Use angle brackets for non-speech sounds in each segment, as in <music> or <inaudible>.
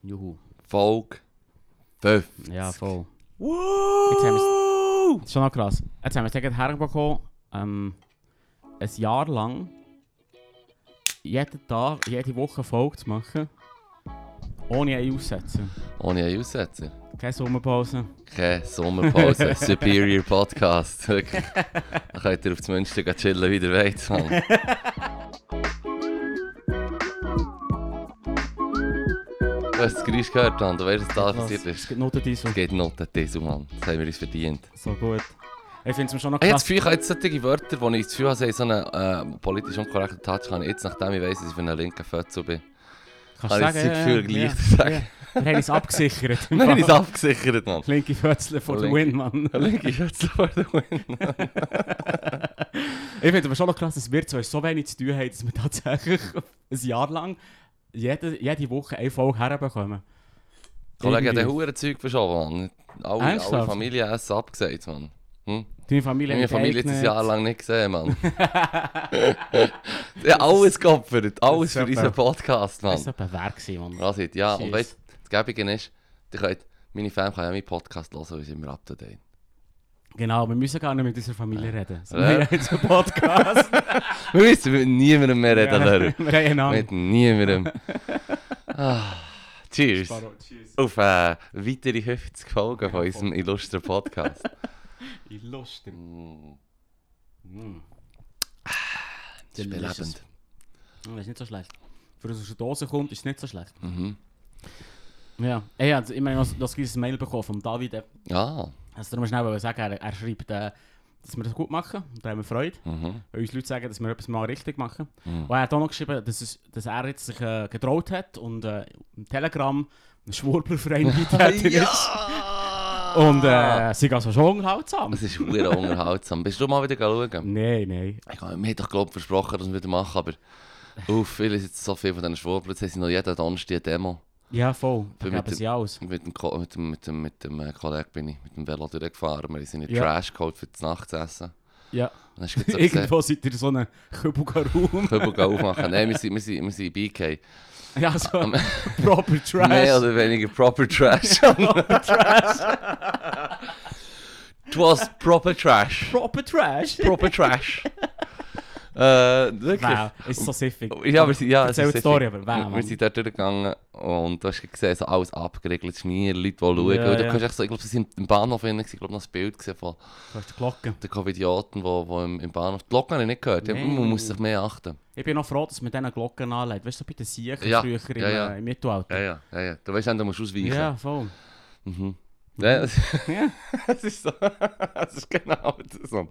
Joehoe. Folge 5. Ja, voll. Jetzt haben Wow! Das ist schon noch krass. Jetzt haben wir es gegen herbekommen, ähm, ein Jahr lang jeden Tag, jede Woche eine Folge zu machen, ohne einen aussetzen. Ohne einen Aussetzer. Keine Sommerpause. <laughs> Keine Sommerpause. Superior Podcast. <laughs> Wirklich. Dann könnt ihr auf das Münster gehen chillen, wie ihr wollt. <laughs> Mann. Du hast das Geräusch gehört, Mann. Du weißt, was da passiert Es ist. gibt nur den Diesel. Es geht not an Diesel, Mann. Das haben wir uns verdient. So gut. Ich finde es mir schon noch Ich habe krass. das Gefühl, ich habe jetzt solche Wörter, die ich das Gefühl habe, sie haben so einen äh, politisch unkorrekten Touch, kann ich jetzt, nachdem ich weiss, dass ich für einen linken Fötzel bin, Kannst kann ich das Gefühl ja, gleich ja. sagen. <laughs> Wir haben es abgesichert. Nein, ich habe es abgesichert, Mann. Linke Fötzle vor der Linke- Win, Mann. Eine linke <laughs> Fötzel vor der Win. Ich finde aber schon noch krass, dass wir zwei so wenig zu tun haben, dass wir tatsächlich <laughs> ein Jahr lang jede, jede Woche eine Folge herbekommen. Kollege hat Irgendwie. ein Hurenzeug verschoben, Mann. Alle, alle Ernsthaft? Familie hat es abgesagt, Mann. Hm? Deine Familie Meine Familie hat es ein enteignet. Jahr lang nicht gesehen, <laughs> Mann. <laughs> ja, alles geopfert, alles ist für etwa- unseren Podcast, Mann. <laughs> Das war etwa wer, gewesen, Mann. Was it, ja, und Jeez. weißt du, das Gäbige ist, die könnt, meine Fam kann ja meinen Podcast hören, wir sind immer up to date. Genau, wir müssen gar nicht mit unserer Familie reden. Ja. Wir haben jetzt einen Podcast. <laughs> Wir müssen mit niemandem mehr reden, Lörr. Wir haben einen Mit niemandem. <laughs> ah, cheers. Pardon, tschüss. Auf äh, weitere 50 Folgen von unserem illustren Podcast. Ich lust im- Mm, Mm. Ah, das ist Delicious. belebend. Das ist nicht so schlecht. Für das aus der Dose kommt, ist es nicht so schlecht. Mhm. Ja, Ey, also, ich meine, das, das gibt ein Mail bekommen von David. äh, Ja, Also darum schnell wollte ich sagen, er, er schreibt, äh, dass wir das gut machen. Und da haben wir Freude. mhm. Weil uns Leute sagen, dass wir etwas mal richtig machen. Mhm. Und er hat auch noch geschrieben, dass, es, dass er jetzt sich äh, getraut hat und äh, im Telegram einen Schwurblerverein <laughs> beitreten ist. ja! Und äh, sie also schon unterhaltsam. Es ist sehr unterhaltsam. Bist du mal wieder schauen? Nein, nein. Ich habe mir doch glaub, versprochen, dass wir wieder machen, aber uff, viel ist jetzt so viel von diesen Schwurbeln. Jetzt haben sie noch jeden Donnerstag eine Demo. Ja, voll. Da Für geben mit sie alles. Mit dem, Ko- mit dem, mit dem, mit dem äh, Kollegen bin ich mit dem Velo durchgefahren. Wir sind in Ja. Trash geholt für das Nachtsessen. <laughs> Ja. Und dann hast du gerade so gesehen, Irgendwo seid ihr so einen <laughs> Kübelgarum. Kübel gehen aufmachen. Nein, wir sind, wir sind, wir sind BK. ja, so <laughs> proper Trash. Mehr oder weniger <laughs> proper Trash. proper Trash. <laughs> It was proper Trash. Proper Trash. Proper Trash. <laughs> äh, wirklich. Wow, ist so siffig. Ja, wir sind, ja, es Erzähl ist die sicher. Story, aber wer, Wir Mann? sind dort durchgegangen und du hast gesehen, so alles abgeregelt, Schmier, Leute, die schauen. Ja, Weil du ja. kannst echt so, ich glaube, sie sind im Bahnhof innen, gewesen. ich glaube, noch das Bild gesehen von Du hast die Glocke. den Covidioten, die, die im, im Bahnhof... Die Glocken habe ich nicht gehört, Nein. man muss sich mehr achten. Ich bin noch froh, dass man diesen Glocken anlegt. Weißt du, so bei den Siechern Ja, früher im, ja, ja. äh, im Mittelalter. Ja, ja, ja, ja. Du weißt, du musst ausweichen. Ja, voll. Mhm. Ja, <laughs> das, <laughs> Ja. das ist so... <laughs> das ist genau das. Mann.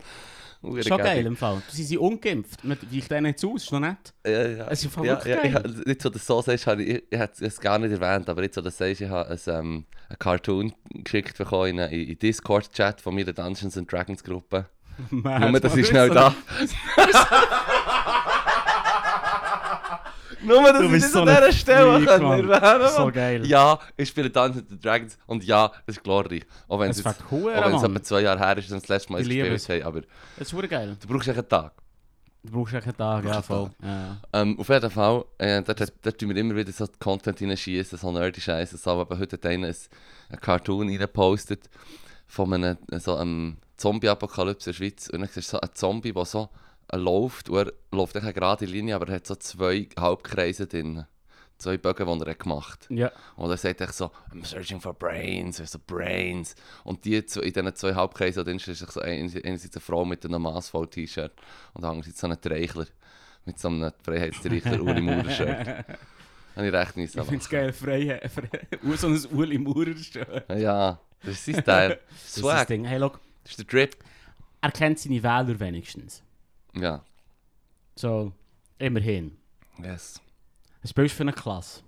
Hure Schon geil geil. im Fall. Sie sind ungeimpft. Man weicht denen jetzt aus, ist noch <laughs> nett. Ja, ja. Es ist voll ja, wirklich ja, geil. ich, hab- Jetzt, wo du das so sagst, habe ich, ich, ich hätte es gar nicht erwähnt, aber jetzt, wo du das sagst, ich habe ein, ähm, einen Cartoon geschickt bekommen in einen in den Discord-Chat von meiner Dungeons and Dragons Gruppe. Man, Nur, jetzt das mal ist schnell wissen. da. <laughs> Nur, dass Du ich bist das so an ein dieser Stelle Freak, kann Mann. erwähnen So kann. geil. Ja, ich spiele Dungeons and Dragons und ja, das ist glorreich. Auch wenn es, Es jetzt, fängt auch Huren wenn es an. etwa zwei Jahre her ist, dass wir das letzte Mal Ich liebe gespielt haben, aber du Das ist super geil. brauchst echt einen Tag. Du brauchst echt einen Tag, ja, Brauchst <laughs> einen voll. Ja. Ähm, auf jeden Fall, äh, dort, dort, dort tun wir immer wieder so Content hineinschießen, so nerdy Scheiße. So, aber heute hat einer ein- einen Cartoon reingepostet von einem, so einem Zombie-Apokalypse in der Schweiz. Und dann siehst du so einen Zombie, der so äh, läuft. Und er läuft eigentlich eine gerade Linie, aber er hat so zwei Halbkreise drin. Zwei Bögen, die er hat gemacht hat. ja. Und er sagt echt so, I'm searching for brains, also brains. Und die zwei, in diesen zwei Halbkreisen, da drin ist so ein- einerseits eine Frau mit einem Massvoll-T-Shirt und andererseits so ein Dreichler mit so einem Freiheitsdreichler <laughs> Uli Maurer-Shirt. Habe ich recht nicht Ich <laughs> finde es geil, frei, <laughs> frei, so ein Uli Maurer stehen. Ja, das ist sein Teil. Das ist das Swag, Ding. Hey, look, das ist der Drip. er kennt seine Wähler wenigstens. Ja, So, immerhin. yes. Was spielst du für eine Klasse?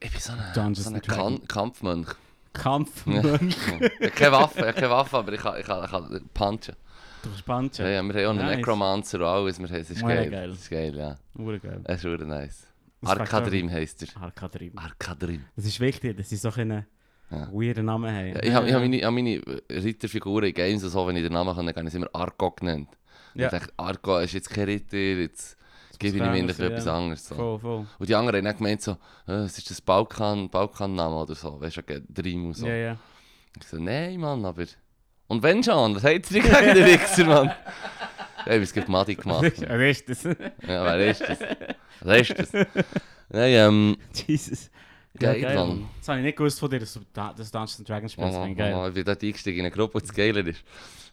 Ich bin so ein, Dungeons so ein and kan Dragons. Kampfmönch. Kampf, Ja. Mönch. ich habe keine Waffe, ich habe keine Waffe, aber ich kann, ich kann, ich kann punchen. Du bist Panzer. Ja, ja, wir haben auch einen Nice. Necromancer und alles. Wir haben, es ist Mega geil. geil. Es ist geil, ja. Urgeil. Es ist wirklich nice. Das ist Arkadrim heisst er. Arkadrim. Arkadrim. Es ist wichtig, dass sie so einen Ja. weirden Namen haben. Ja, ich habe ich hab meine, ich hab meine Ritterfiguren in Games also, und so, wenn ich den Namen kann, dann habe ich es immer Argo genannt. Und Ja. Ich dachte, Argo ist jetzt kein Ritter, jetzt gebe ich ihm endlich etwas ja. anderes. So. Voll, voll. Und die anderen haben dann gemeint so, äh, es ist das Balkan, Balkanname oder so, weißt du, okay, Dream und so. Ja, ja. Ich so, nein, Mann, aber... Und wenn schon, was habt ihr gegen den Wichser, Mann? Ey, was gibt Madi gemacht? <laughs> Wer ist das? Ja, wer ist das? Wer ist das? Nein, ähm... Jesus. Geil, Mann. Das habe ich nicht gewusst von dir, dass du dus da- dass du Dungeons and Dragons Oh, spielst. oh, Finde ich geil. oh, ich bin dort eingestiegen in eine Gruppe, die das Geiler ist.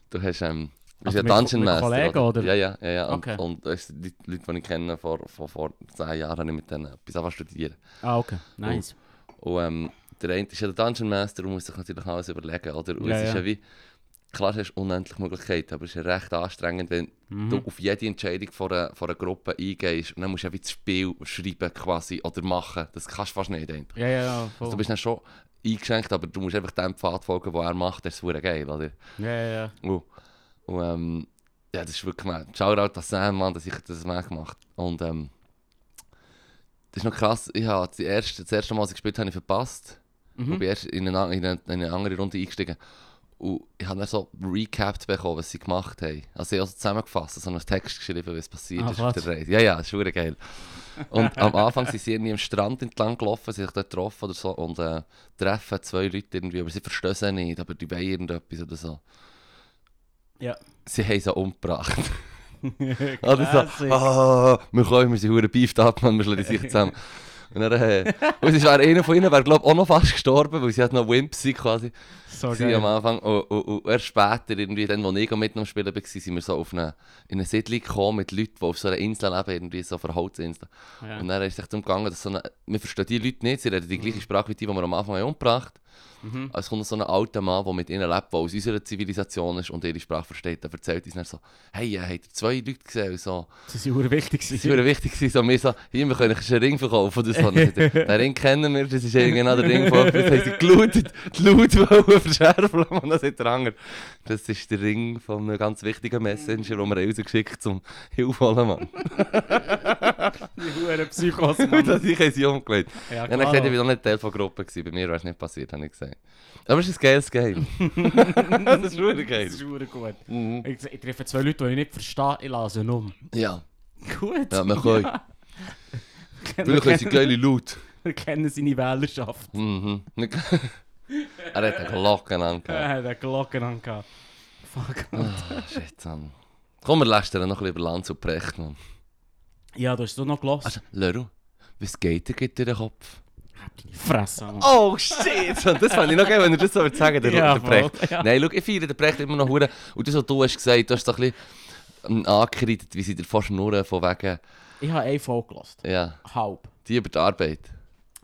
Du hast, ähm... Du bist Also ja mit- Dungeon mit Master, Kollegen, oder? Ja, ja, ja. ja. Und, Okay. und weißt, die Leute, die ich kenne, vor, vor, vor zehn Jahren habe ich mit denen etwas angefangen zu studieren. Ah, okay. Nice. Und ähm, der eine ist ja der Dungeon Master und muss sich natürlich alles überlegen, oder? Und Ja, es ist ja. ja wie, klar hast du unendliche Möglichkeiten, aber es ist ja recht anstrengend, wenn Mhm. du auf jede Entscheidung von einer, von einer Gruppe eingehst und dann musst du ja wie das Spiel schreiben quasi oder machen. Das kannst du fast nicht eigentlich. Ja, ja, ja. Voll. Also, du Dus bist dann schon eingeschränkt, aber du musst einfach dem Pfad folgen, den er macht, das ist verdammt geil, oder? ja, ja, ja. Und, Oh. und ähm, ja, das ist wirklich mal. Shoutout an Sam, Mann, dass ich das mal gemacht Und ähm, das ist noch krass. Ich habe das erste, das erste Mal, als ich gespielt habe, ich verpasst. Und bin erst in eine, an- in, eine, in eine andere Runde eingestiegen. Und ich habe dann so recapped bekommen, was sie gemacht haben. Also ich habe so zusammengefasst, also noch einen Text geschrieben, was passiert Ah, ist auf krass. der Reise. Ja, ja, das ist wirklich geil. Und am Anfang sind sie irgendwie am Strand entlang gelaufen, sie haben sich dort getroffen oder so und äh, treffen zwei Leute irgendwie, aber sie verstehen sie nicht, aber die wollen irgendetwas oder so. <laughs> Ja. Sie haben sie umgebracht. Oder so, Klassisch. ah, wir kommen, wir sind hure beeft ab, man, wir schlagen sich zusammen. Und dann, äh, und es war einer von ihnen, wäre glaube auch noch fast gestorben, weil sie hat noch Wimp sind quasi. So Sie Oh, geil. am Anfang und, und, und erst später, irgendwie dann, als ich auch mit am Spielen war, sind wir so auf eine, in eine Siedlung gekommen mit Leuten, die auf so einer Insel leben, irgendwie so auf einer Holzinsel. Ja. Und dann ist es sich darum gegangen, dass so eine, wir verstehen die Leute nicht, sie reden die gleiche Sprache wie die, die wir am Anfang haben umgebracht haben. Es kommt noch so ein alter Mann, der mit ihnen lebt, der aus unserer Zivilisation ist und ihre Sprache versteht, der erzählt uns dann so, hey, äh, habt ihr zwei Leute gesehen? Und so, Das ist hure wichtig. <laughs> das war wichtig, gewesen, so, wir so, hier, wir können euch einen Ring verkaufen oder so. Und dann sagt er, Den Ring kennen wir, das ist irgendein der Ring von Das haben sie gelootet, die Laut wollen verschärfen und dann sagt der andere, das ist der Ring von einem ganz wichtigen Messenger, den wir rausgeschickt haben, um Hilfe holen, Mann. Die hure Psychos, <laughs> Und Mann. das ich sie umgelegt. Ja, Ja, dann gesagt, ich klar. war auch nicht Teil von der Gruppe, gewesen. bei mir wäre es nicht passiert, habe ich gesagt. Aber es ist ein geiles Game. <laughs> das ist wirklich geil. Das ist hure gut. Mhm. Ich, ich treffe zwei Leute, die ich nicht verstehe, ich lasse sie um. Ja, Gut. ja, wir können. <laughs> Wir können sie geile Laut. Wir kennen seine Wählerschaft. Mhm. <laughs> er hat eine Glocke Er angehabt. hat eine Glocke angehabt. Fuck. Ah, Shit, Mann. Komm, wir lästern noch ein bisschen über Land zu Precht, Mann. Ja, du hast du noch gelassen. Also, Leru, was geht dir geht dir in den Kopf? Fresse, Mann. Oh, shit! Mann, Das fand ich noch geil, wenn er das so würde sagen, der, Ja, der Precht. voll, ja. Nein, schau, ich feiere den Precht immer noch hure. Und das, was du hast gesagt, du hast so ein bisschen ähm, angekreidet, wie sie dir fast nur von wegen... Ich habe eine Folge gelassen. Ja, Halb. die über die Arbeit.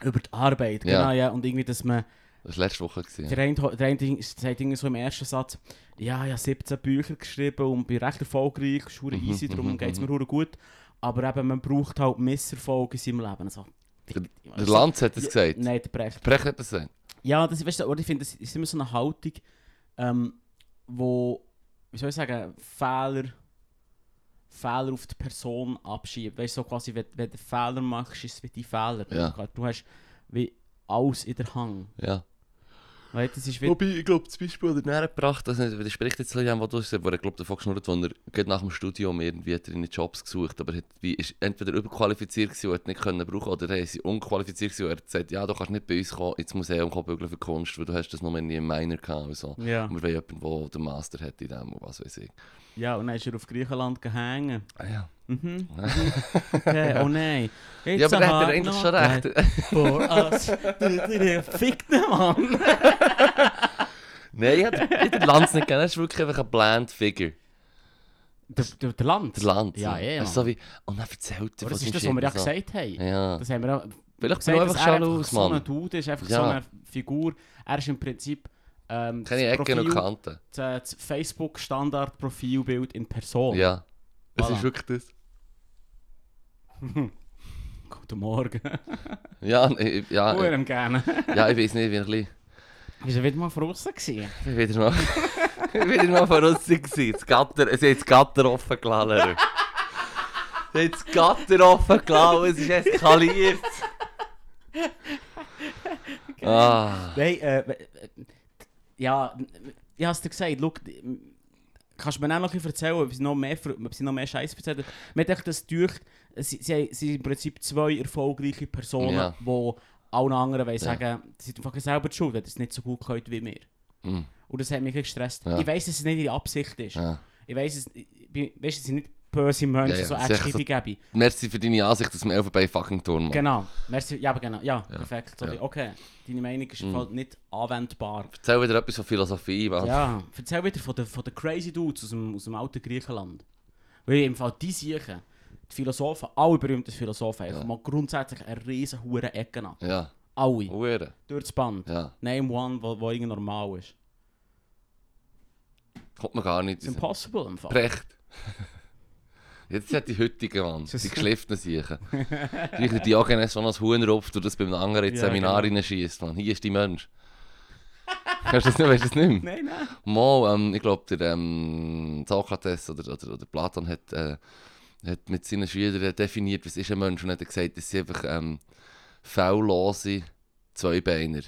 Über die Arbeit, Ja. genau, ja. Und irgendwie, dass man... Das war letzte Woche. Gewesen. Der eine, der eine Ding- sagt irgendwie so im ersten Satz, ja, ich habe 17 Bücher geschrieben und bin recht erfolgreich, ist Mhm, hure easy, darum geht es mir hure gut. Aber eben, man braucht halt Misserfolge in seinem Leben. Also, Der, der Lanz hat das gesagt. Nein, der Brecht. Precht hat das gesagt. Ja, das, weißt du, aber ich finde, das ist immer so eine Haltung, ähm, wo, wie soll ich sagen, Fehler, Fehler auf die Person abschiebt. Weißt du, so quasi, wenn, wenn du Fehler machst, ist es wie die Fehler. Ja. Du hast wie alles in der Hand. Ja. Weißt, du, das ist wie, Wobei, ich glaube, das Beispiel, das er näher gebracht hat, das spricht jetzt ein bisschen, was du hast gesagt, wo er, glaube davon geschnurrt, wo er gerade nach dem Studium irgendwie hat er in Jobs gesucht, aber hat, wie, ist entweder überqualifiziert gewesen und hat nicht können brauchen, oder er ist unqualifiziert gewesen und er hat gesagt, ja, du kannst nicht bei uns kommen, ins Museum kommen, um bügeln für Kunst, weil du hast das noch nie im Minor gehabt und so. ja. Und wir wollen jemanden, der den Master hat in dem und was weiß ich. ja, und dann ist er auf Griechenland gehangen. Ah ja. <laughs> Mhm. Okay, oh nein. Ja, It's aber a da hat hard er eigentlich knock schon life recht. For us. Fick den Mann. <laughs> Nein, ich hätte den Lanz nicht gerne, er ist wirklich einfach ein bland Figure. Der, der, der Land. Der Lanz. Ja, ja, Er Mann. ist So wie, und er erzählt Aber das von ist das, was seinem wir ja Shit und so. gesagt haben. Ja. Das haben wir auch Vielleicht bin ich gesagt, dass einfach er einfach schon so ein Mann. Dude ist, einfach Ja. so eine Figur. Er ist im Prinzip ähm, Keine das Ecken und Profil- Kanten. das Facebook-Standard-Profilbild in Person. Ja. Es Voilà. ist wirklich das. Guten <laughs> Morgen. Ja, nee, ich- Ah, ja, Gut, ich- ihm gerne. ja, ich weiß nicht, wie ein bisschen. Bist du wieder mal draussen gewesen? Ich bin wieder mal, <laughs> ich bin wieder mal von Russi gewesen. Das Gatter, sie haben das Gatter offen gelassen. Leute. Sie haben das Gatter offen gelassen, es ist eskaliert. <laughs> ah, Nein, äh, äh, ja, ich hast dir gesagt, look, kannst du mir auch noch ein bisschen erzählen, ob sie noch mehr, fr- ob sie noch mehr Scheiß erzählt hat? Mir hat echt das durch, sie, sie, haben- sie sind im Prinzip zwei erfolgreiche Personen, Ja. die allen anderen wollen Ja. sagen, sie sind einfach selber die schuld, wenn ihr es nicht so gut könnt wie wir. Mm, Und das hat mich ein bisschen gestresst. Ja. Ich weiß, dass es nicht ihre Absicht ist. ja. Ich weiß, es, ich bin- weiss, es sind nicht böse Menschen, Ja, ja, so es ist echt Ärzte so- wie gäbe. Merci für deine Ansicht, dass wir Elfenbein fucking Turm machen. Genau. Merci. Ja, aber genau. Ja, Ja. perfekt. Sorry. Ja. Mm. Okay, deine Meinung ist im Fall nicht anwendbar. Erzähl wieder etwas von Philosophie, Mann. Ja, erzähl wieder von den, von den crazy Dudes aus dem, aus dem alten Griechenland. Weil im Fall die Siechen, die Philosophen, alle berühmten Philosophen, Ja. haben mal grundsätzlich eine riesen hure Ecke an. Ja, Alle. Hure. Durch das Band. Ja, Name one, wo, wo irgendwie normal ist. kommt man gar nicht. It's impossible im Fall. Brecht. <laughs> Jetzt hat die heutige Mann, So- die geschliffenen Siechen. Gleich der Diogenes, der noch das Huhn rupft und das beim anderen ins Ja, Seminar genau. reinschießt, Mann. Hier ist die Mensch. <laughs> Kannst du das nicht, weißt du das nicht mehr? Nein, nein. Mal, ähm, ich glaube, der ähm, Sokrates oder, oder, oder Platon hat, äh, hat mit seinen Schülern definiert, was ist ein Mensch und hat gesagt, das sind einfach ähm, faullose Zweibeiner.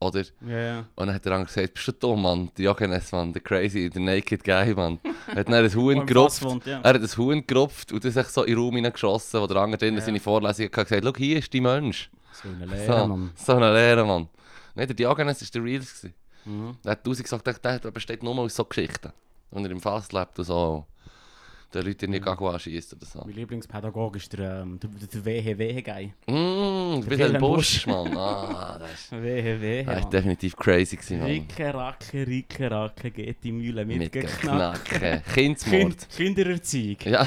Oder? Ja, ja. Und dann hat der andere gesagt, bist du dumm, Mann? Diogenes, Mann, der crazy, der naked guy, Mann. Er hat dann ein <laughs> Wo Huhn Oh, im Fass gerupft. wohnt, ja. Er hat ein Huhn gerupft und das echt so in den Raum hineingeschossen, wo der andere drin Ja. seine Vorlesung hatte, gesagt hat, «Schau, hier ist die Mensch. So eine so, Lehre, Mann. so eine Lehre, Mann. Nein, der Diogenes war der Realist. gewesen. Mhm. Er hat tausend gesagt, der- der besteht nur aus so Geschichten. Und er im Fass lebt und so. Der Leute in die Gagua schießt oder so. Mein Lieblingspädagoge ist der, ähm, der, der WHW-Guy. Mmm, du bist Wilhelm ein Busch, Mann. Ah, das <laughs> ist, WHW, das ist definitiv crazy gewesen, Mann. Ricke, Racke, Ricke, Racke, geht die Mühle mitgeknackt. Mitgeknacken. Kind, Kindsmord. Kindererziehung. <laughs> Ja,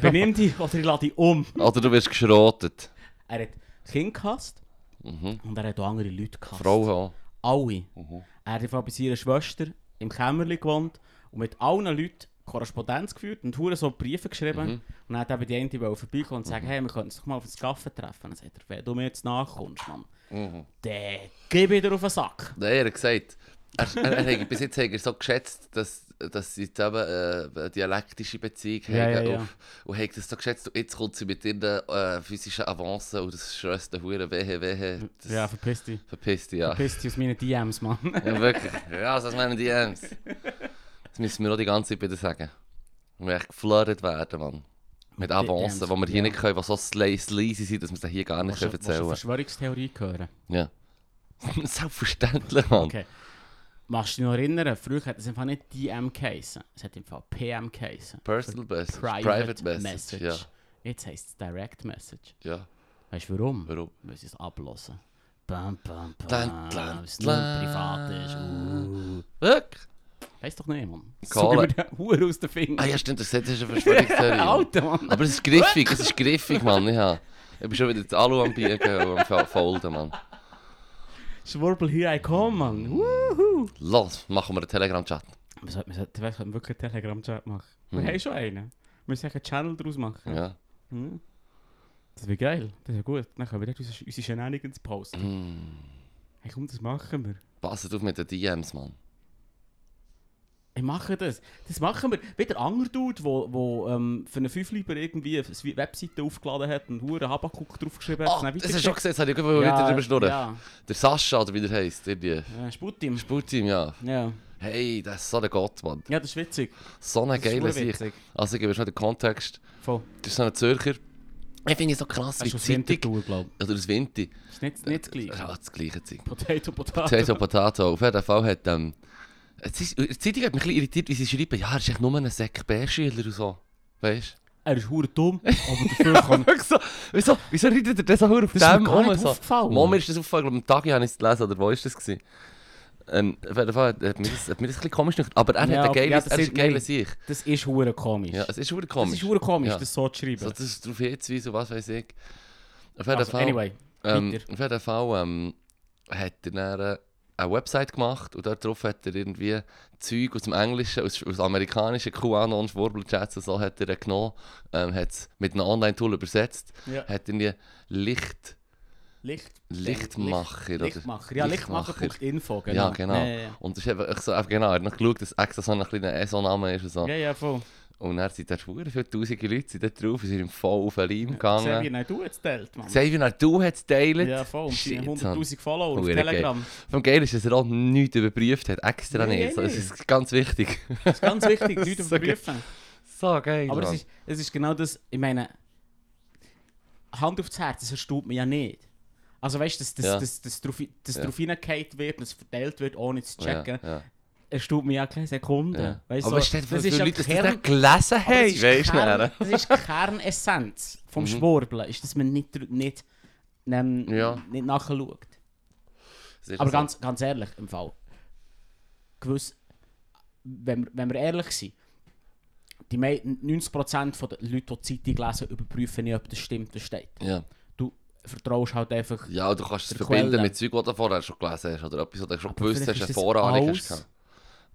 Benimm dich oder ich lade dich um. oder du wirst geschrotet. Er hat Kinder gehasst Mhm. und er hat auch andere Leute gehasst. Frauen auch. Alle. Mhm. Er hat im Fall bei seiner Schwester im Kämmerli gewohnt und mit allen Leuten Korrespondenz geführt und hure so Briefe geschrieben. Mhm. Und dann hat eben die eine wollte vorbeikommen und sagen, hey, wir könnten uns doch mal auf das Kaffee treffen. Dann sagt er, wenn du mir jetzt nachkommst, Mann, Mhm. dann gib ich dir auf den Sack. Nein, er hat gesagt, er, er, er hat, bis jetzt hat er so geschätzt, dass, dass sie zusammen äh, eine dialektische Beziehung Ja, haben. ja, ja. Und, und hat das so geschätzt. Und jetzt kommt sie mit ihren äh, physischen Avancen und das schrösst den Huren, wehe, wehe. Das Ja, verpiss dich. verpiss dich, ja. Verpiss dich aus meinen DMs, Mann. ja. Wirklich. Ja, das meinen die DMs. Das müssen wir auch die ganze Zeit wieder sagen. Wir müssen echt geflirtet werden, Mann. Mit Avancen, die wir hier ja. nicht können, die so sle- sleazy sind, dass wir es hier gar nicht Willst du- können willst du eine erzählen können. Verschwörungstheorie hören? Ja. <laughs> Selbstverständlich, Mann. Okay. Machst du dich noch erinnern? Früher hat es einfach nicht DM geheissen. Es hat im Fall PM geheissen. Personal Message, Private, Private, Message. Ja, Jetzt heisst es Direct Message. ja, Weißt du warum? warum? Weil sie es ablassen. Bam, bam, bam. Dun, dun, Weil es nur dun. privat ist. Uh. Wirklich? Weiss doch nicht, Mann. Kohle. Sogar den Huren aus den Fingern. Ah ja, stimmt, das ist eine Verschwörungstheorie. Mann. <laughs> Alter, Mann. Aber es ist griffig, es ist griffig, Mann. Ja. Ich bin schon wieder das Alu am Biegen und am Fa- Folden, Mann. Schwurbel, hier I come, Mann. Wuhu. Los, machen wir einen Telegram-Chat. Wir sollten, wir sollten wir sollten wirklich einen Telegram-Chat machen. Wir haben schon einen. Wir müssen einen Channel daraus machen. Mhm. Ja. Hm. Das wäre geil, das wäre gut. Dann können wir dort unsere, unsere Shenanigans Mhm. posten. Hmm, Hey, komm, das machen wir. Passet auf mit den DMs, Mann. Ich mache das. Das machen wir. Wie der andere Dude, wo, wo ähm, für einen Fünfliber irgendwie eine Webseite aufgeladen hat und einen Habakuk draufgeschrieben hat. Ah, das hast du schon gesehen, das habe ich gerade wieder drüber schnurren. Ja, Der Sascha, oder wie der heisst, der äh, Sputim. Sputim, ja. Ja. Hey, das ist so ein Gott, Mann. ja, das ist witzig. So eine Das ist geile verdammt Sicht. witzig. Also, ich gebe schon den Kontext. Voll. Das ist so ein Zürcher. Ich finde es so krass, Das wie ist aus Zeitung... Winterthur, glaube ich. Oder das Winti. Das ist nicht, nicht das gleiche. Ja, das gleiche Zeug. Potato, Potato. Potato, Potato. Auf jeden Fall hat ähm, es ist, die Zeitung hat mich ein bisschen irritiert, wie sie schreiben, ja, er ist echt nur ein Sack B-Schüler und so. <laughs> Weißt Er ist hure dumm, aber dafür kann... du? so, wieso, wieso redet er das so auf Das ist mir dem gar um? nicht So. aufgefallen. Mama ist das aufgefallen, glaube am Tag habe ich es gelesen, oder wo war das? Gewesen? Ähm, auf jeden Fall hat, hat, mir das, hat mir das ein bisschen komisch gemacht, aber er Ja, hat einen aber- ja, geilen das er ist sind- ein geiler nein. Sieg. Das ist hure komisch. Ja, es ist schon das komisch. ist hure komisch, Ja. das so zu schreiben. so, das ist darauf hinzuweisen, und was weiß ich. Auf jeden also, Fall... anyway, Ähm, Weiter. auf jeden Fall ähm, hat er dann äh, eine Website gemacht und dort drauf hat er irgendwie Zeug aus dem Englischen, aus, aus amerikanischen QAnon, Schwurbelchats und so hat er genommen, ähm, hat es mit einem Online-Tool übersetzt, ja. hat irgendwie Licht, Licht, Lichtmacher, Licht, oder? Lichtmacher, ja, Lichtmacher.info, genau. Ja, genau. Ja, ja, Und das ist eben echt so, einfach genau, er hat noch geschaut, dass extra so ein kleiner ESO-Name ist und so. ja. ja, ja, voll. Und dann sind da schwuren viele tausende Leute sind dort drauf, und sind ihm voll auf den Leim Sehr wie gegangen. nein, du jetzt teilt, Mann. Xavier, du hat es teilt. Ja, voll. Und Shit, deine Mann. 100'000 Follower auf Hure geil. Telegram. Vom Geil ist, dass dus er auch nichts überprüft hat, extra Nee, nicht. So, das nee. <laughs> ist ganz wichtig. Das <laughs> ist ganz wichtig, Leute So geil. überprüfen. So geil. Aber es ist, es ist genau das, ich meine, Hand aufs Herz, das erstaunt mich ja nicht. Also weißt du, dass, dass, Ja. dass, dass, drauf- dass Ja. drauf hineingehalten wird und es verteilt wird, ohne zu checken, Ja, ja, erstaunt mich ja keine Sekunde. ja. Weißt, Aber so, weißt du, das ist wie ja Leute das Kern- nicht gelesen aber das haben? ist Weißt du, Kern, nachher? das ist die Kernessenz vom Mhm. Schwurbeln, ist, dass man nicht, dr- nicht, ähm, Ja. nicht nachschaut. Das ist Aber so. ganz, ganz ehrlich, im Fall. Gewiss, wenn, wir- wenn wir ehrlich sind, die mei- 90% von den Leuten, die die Zeitung lesen, überprüfen nicht, ob das stimmt, was steht. Ja. Du vertraust halt einfach. Ja, du kannst es Der verbinden Quelle. mit Zeug, das du vorher schon gelesen hast oder etwas, das du schon gewusst vielleicht hast, ist eine das Vorahnung alles hast. gehabt.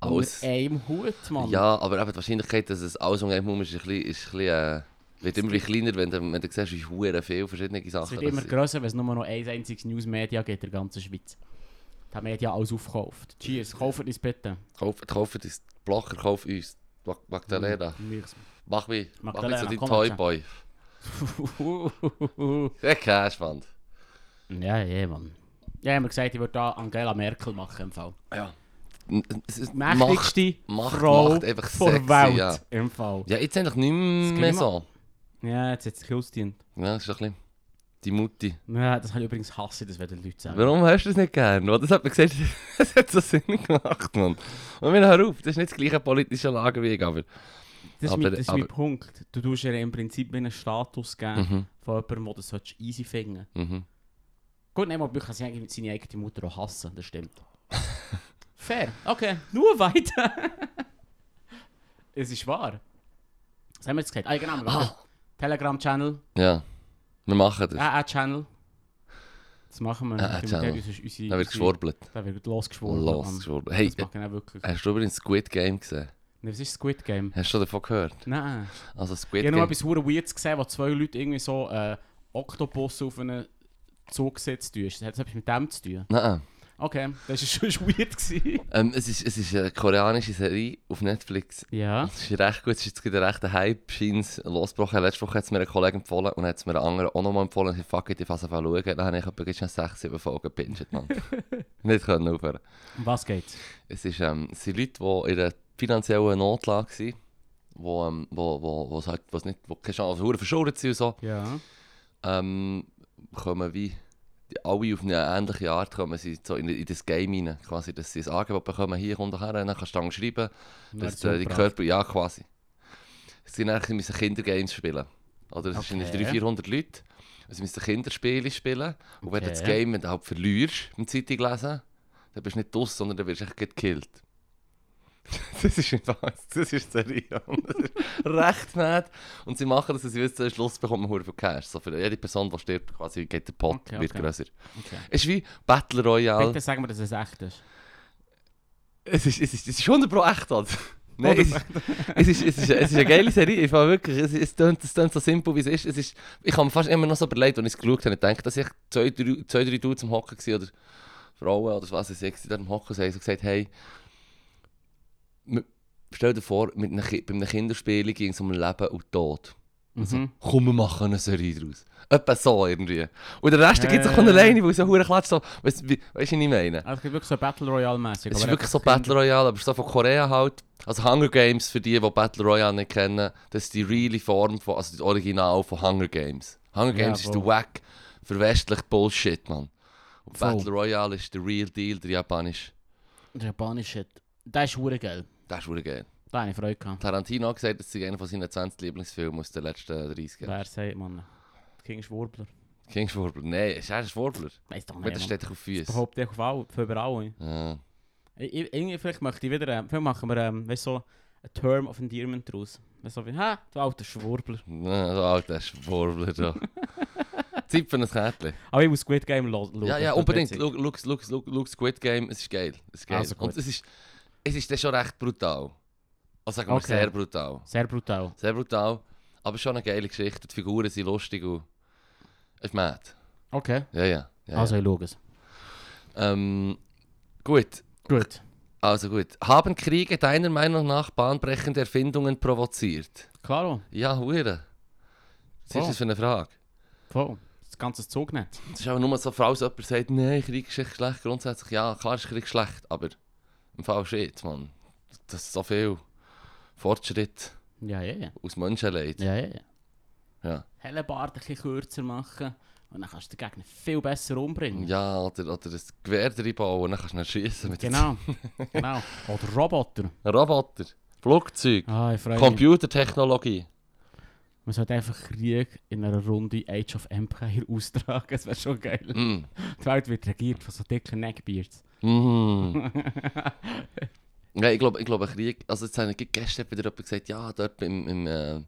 Alles. Unter einem Hut, Mann. Ja, aber eben die Wahrscheinlichkeit, dass es alles um einen Mumm ist, ist ein bisschen, ist ein bisschen, äh, wird immer ein bisschen kleiner, wenn du, wenn du siehst, wie hure viele verschiedene es Sachen wird immer das- grösser, wenn es nur noch ein einziges Newsmedia gibt in der ganzen Schweiz. Die haben Media alles aufgekauft. Cheers, kauft uns bitte. Kauft, kauft uns Blocker, kauft uns. Mag- Mm. Magdalena. Mach mich, mach mich Magdalena, zu deinem komm jetzt. Toyboy. Der Cashband. <laughs> ja, ja, Mann. Ja, haben wir gesagt, ich würde da Angela Merkel machen im Fall. Ja. N- Es ist Macht. mächtigste Macht Frau macht einfach vor sexy, Welt ja. im Fall. Ja, jetzt eigentlich Das nicht kann mehr ich so. Ja, jetzt hat es sich ausgedient. Ja, das ist ein bisschen die Mutti. Ja, das habe ich übrigens hasse, das werden Leute sagen. Warum hast du das nicht gern? Weil Das hat man gesagt, <laughs> das hat so Sinn gemacht, Mann. Und wir hören auf, das ist nicht das gleiche politische Lager wie ich, aber... Das ist, Aber- mein, das ist aber- mein Punkt. Du tust ihr im Prinzip wie einen Status geben Mhm, von jemandem, der das solltest easy finden solltest. mhm. Gut, nehmen wir kann seine seine eigene Mutter auch hassen, das <laughs> stimmt. Fair, okay, nur <laughs> weiter. es ist wahr. Was haben wir jetzt gesagt? Ah, genau, wir machen Ah. Telegram-Channel, Ja, wir machen das. AA-Channel. Das machen wir. AA Damit Channel. uns- uns- unsere- Dann wird unsere- geschwurbelt. Da wird losgeschworen. Losgeschwurbelt. Hey, Das mag ich auch wirklich. hast du übrigens Squid Game gesehen? Ne, was ist Squid Game? Hast du davon gehört? Nein. Also Squid Ich habe noch Game... etwas hure Weirdes gesehen, wo zwei Leute irgendwie so äh, Oktopus auf einen Zug gesetzt tun. Hat das etwas mit dem zu tun? Nein, Okay, das war <laughs> schon weird. Gewesen. ähm, es, ist, es ist eine koreanische Serie auf Netflix. Ja. Das ist recht gut, es ist jetzt gerade recht ein Hype, scheint losgebrochen. Letzte Woche hat es mir ein Kollege empfohlen und hat es mir einen anderen auch nochmal empfohlen. Ich dachte, fuck it, ich fasse einfach schauen. Dann habe ich etwa jetzt schon 6, 7 Folgen gepincht, Mann. Nicht können aufhören. Um was geht's? Es, ist, ähm, es sind Leute, die in einer finanziellen Notlage sind, wo, ähm, wo, wo, wo es halt, wo es nicht, wo keine Chance, also verdammt verschuldet sind und so. Ja. ähm, kommen wie die- alle auf eine ähnliche Art kommen sie so in, in das Game rein, quasi, dass sie ein Angebot bekommen, hier kommt her, dann kannst du dann schreiben, dass äh, die Körper, ja quasi. Sie sind eigentlich, sie müssen Kindergames spielen. Oder es sind Okay. 300, 400 Leute, Also, sie müssen Kinderspiele spielen und wenn du das Okay. Game, wenn du halt verlierst, im Zeitung lesen, dann bist du nicht draus, sondern dann wirst du echt gleich gekillt. <laughs> Das ist nicht alles, das ist seriös. Das ist <laughs> recht mad. Und sie machen das, dass sie wissen, am Schluss bekommt man verdammt viel Cash. So für jede Person, die stirbt, quasi geht der Pot, Okay, wird okay. grösser. Okay. Es ist wie Battle Royale. Bitte sagen wir, dass es echt ist. Es ist, es ist, es ist 100 Pro <laughs> echt, Alter. Nein, es, ist- es, ist, es, ist, es ist eine geile Serie, ich fand wirklich, es, es, tönt, es tönt so simpel wie es ist. Es ist ich habe mir fast immer noch so überlegt, als ich es geschaut habe, ich denke, dass ich zwei, drei, zwei, drei Dudes am Hocken waren oder Frauen oder was weiß ich, die da am Hocken waren und gesagt hey, m- stell dir vor, mit einem, Ki- bei einem Kinderspiel ging es um Leben und Tod. Mhm. Komm, wir machen eine Serie draus. Etwa so irgendwie. Und der Rest Ja, gibt es ja, auch ja. alleine, weil es ja verdammt klatscht. So, weißt du, wie- weißt du, was ich meine? Also, es gibt wirklich so Battle Royale-mäßig. Es ist wirklich so Battle Royale, aber so von Korea halt. Also Hunger Games, für die, die Battle Royale nicht kennen, das ist die reale Form, von, also das Original von Hunger Games. Hunger Ja, Games ist voll. der wack, verwestlichte Bullshit, man. Und Voll. Battle Royale ist der real deal, der japanische. Der japanische Shit. Das ist hure geil. Das ist wirklich geil. Da habe ich Freude gehabt. Tarantino hat gesagt, das ist einer von seinen 20 Lieblingsfilmen aus den letzten 30 Jahren. Wer sagt, Mann? King Schwurbler. King Schwurbler. Nein, ist er ein Schwurbler? Weiß doch Mit nicht. Oh, der Mann. steht doch auf Füße. Überhaupt nicht auf all, für überall. Ja. Ich, ich, irgendwie vielleicht möchte ich wieder, ähm, vielleicht machen wir ähm, weißt, so ein Term of Endearment draus. Weißt, so wie, hä, du alter Schwurbler. Ja, so alter <laughs> Schwurbler. doch. Zeit für ein Kärtchen. Aber ich muss Squid Game lo- schauen. Ja, ja, das wird unbedingt. witzig. Look, look, look, look, look, Squid Game, es ist geil. Es ist geil. Also gut. Und es ist, es ist dann schon recht brutal. Also sagen wir Okay. sehr brutal. Sehr brutal. Sehr brutal, aber schon eine geile Geschichte. Die Figuren sind lustig und... Es ist mad. Okay. Ja, ja. ja, Also, ich schaue es. ja. Ähm, gut, Gut. also gut. Haben Kriege deiner Meinung nach bahnbrechende Erfindungen provoziert? Klaro. Ja, hure. Was Oh. ist das für eine Frage? Voll. Das ganze Zugnetz. Es ist aber nur so, falls jemand sagt, nein, Krieg ist echt schlecht. Grundsätzlich, ja, klar ist Krieg schlecht, aber im Fall shit, man. Das ist so viel Fortschritt Ja, ja, ja. aus Menschenleid. Ja, ja, ja. Ja. Hellebarden ein bisschen kürzer machen. Und dann kannst du den Gegner viel besser umbringen. Ja, oder, oder ein Gewehr reinbauen und dann kannst du dann schiessen <laughs> mit Genau, genau. Oder Roboter. einem Roboter, Flugzeug, Ah, ich freue mich. Computertechnologie. Man sollte einfach Krieg in einer Runde Age of Empire <laughs> austragen. Das wäre schon geil. Mm. Die Welt wird regiert von so dicken Neckbeards. Mm. <laughs> ja, ich glaube, ich glaube, Krieg. Also, jetzt habe ich gestern wieder jemand gesagt, ja, dort im, im äh,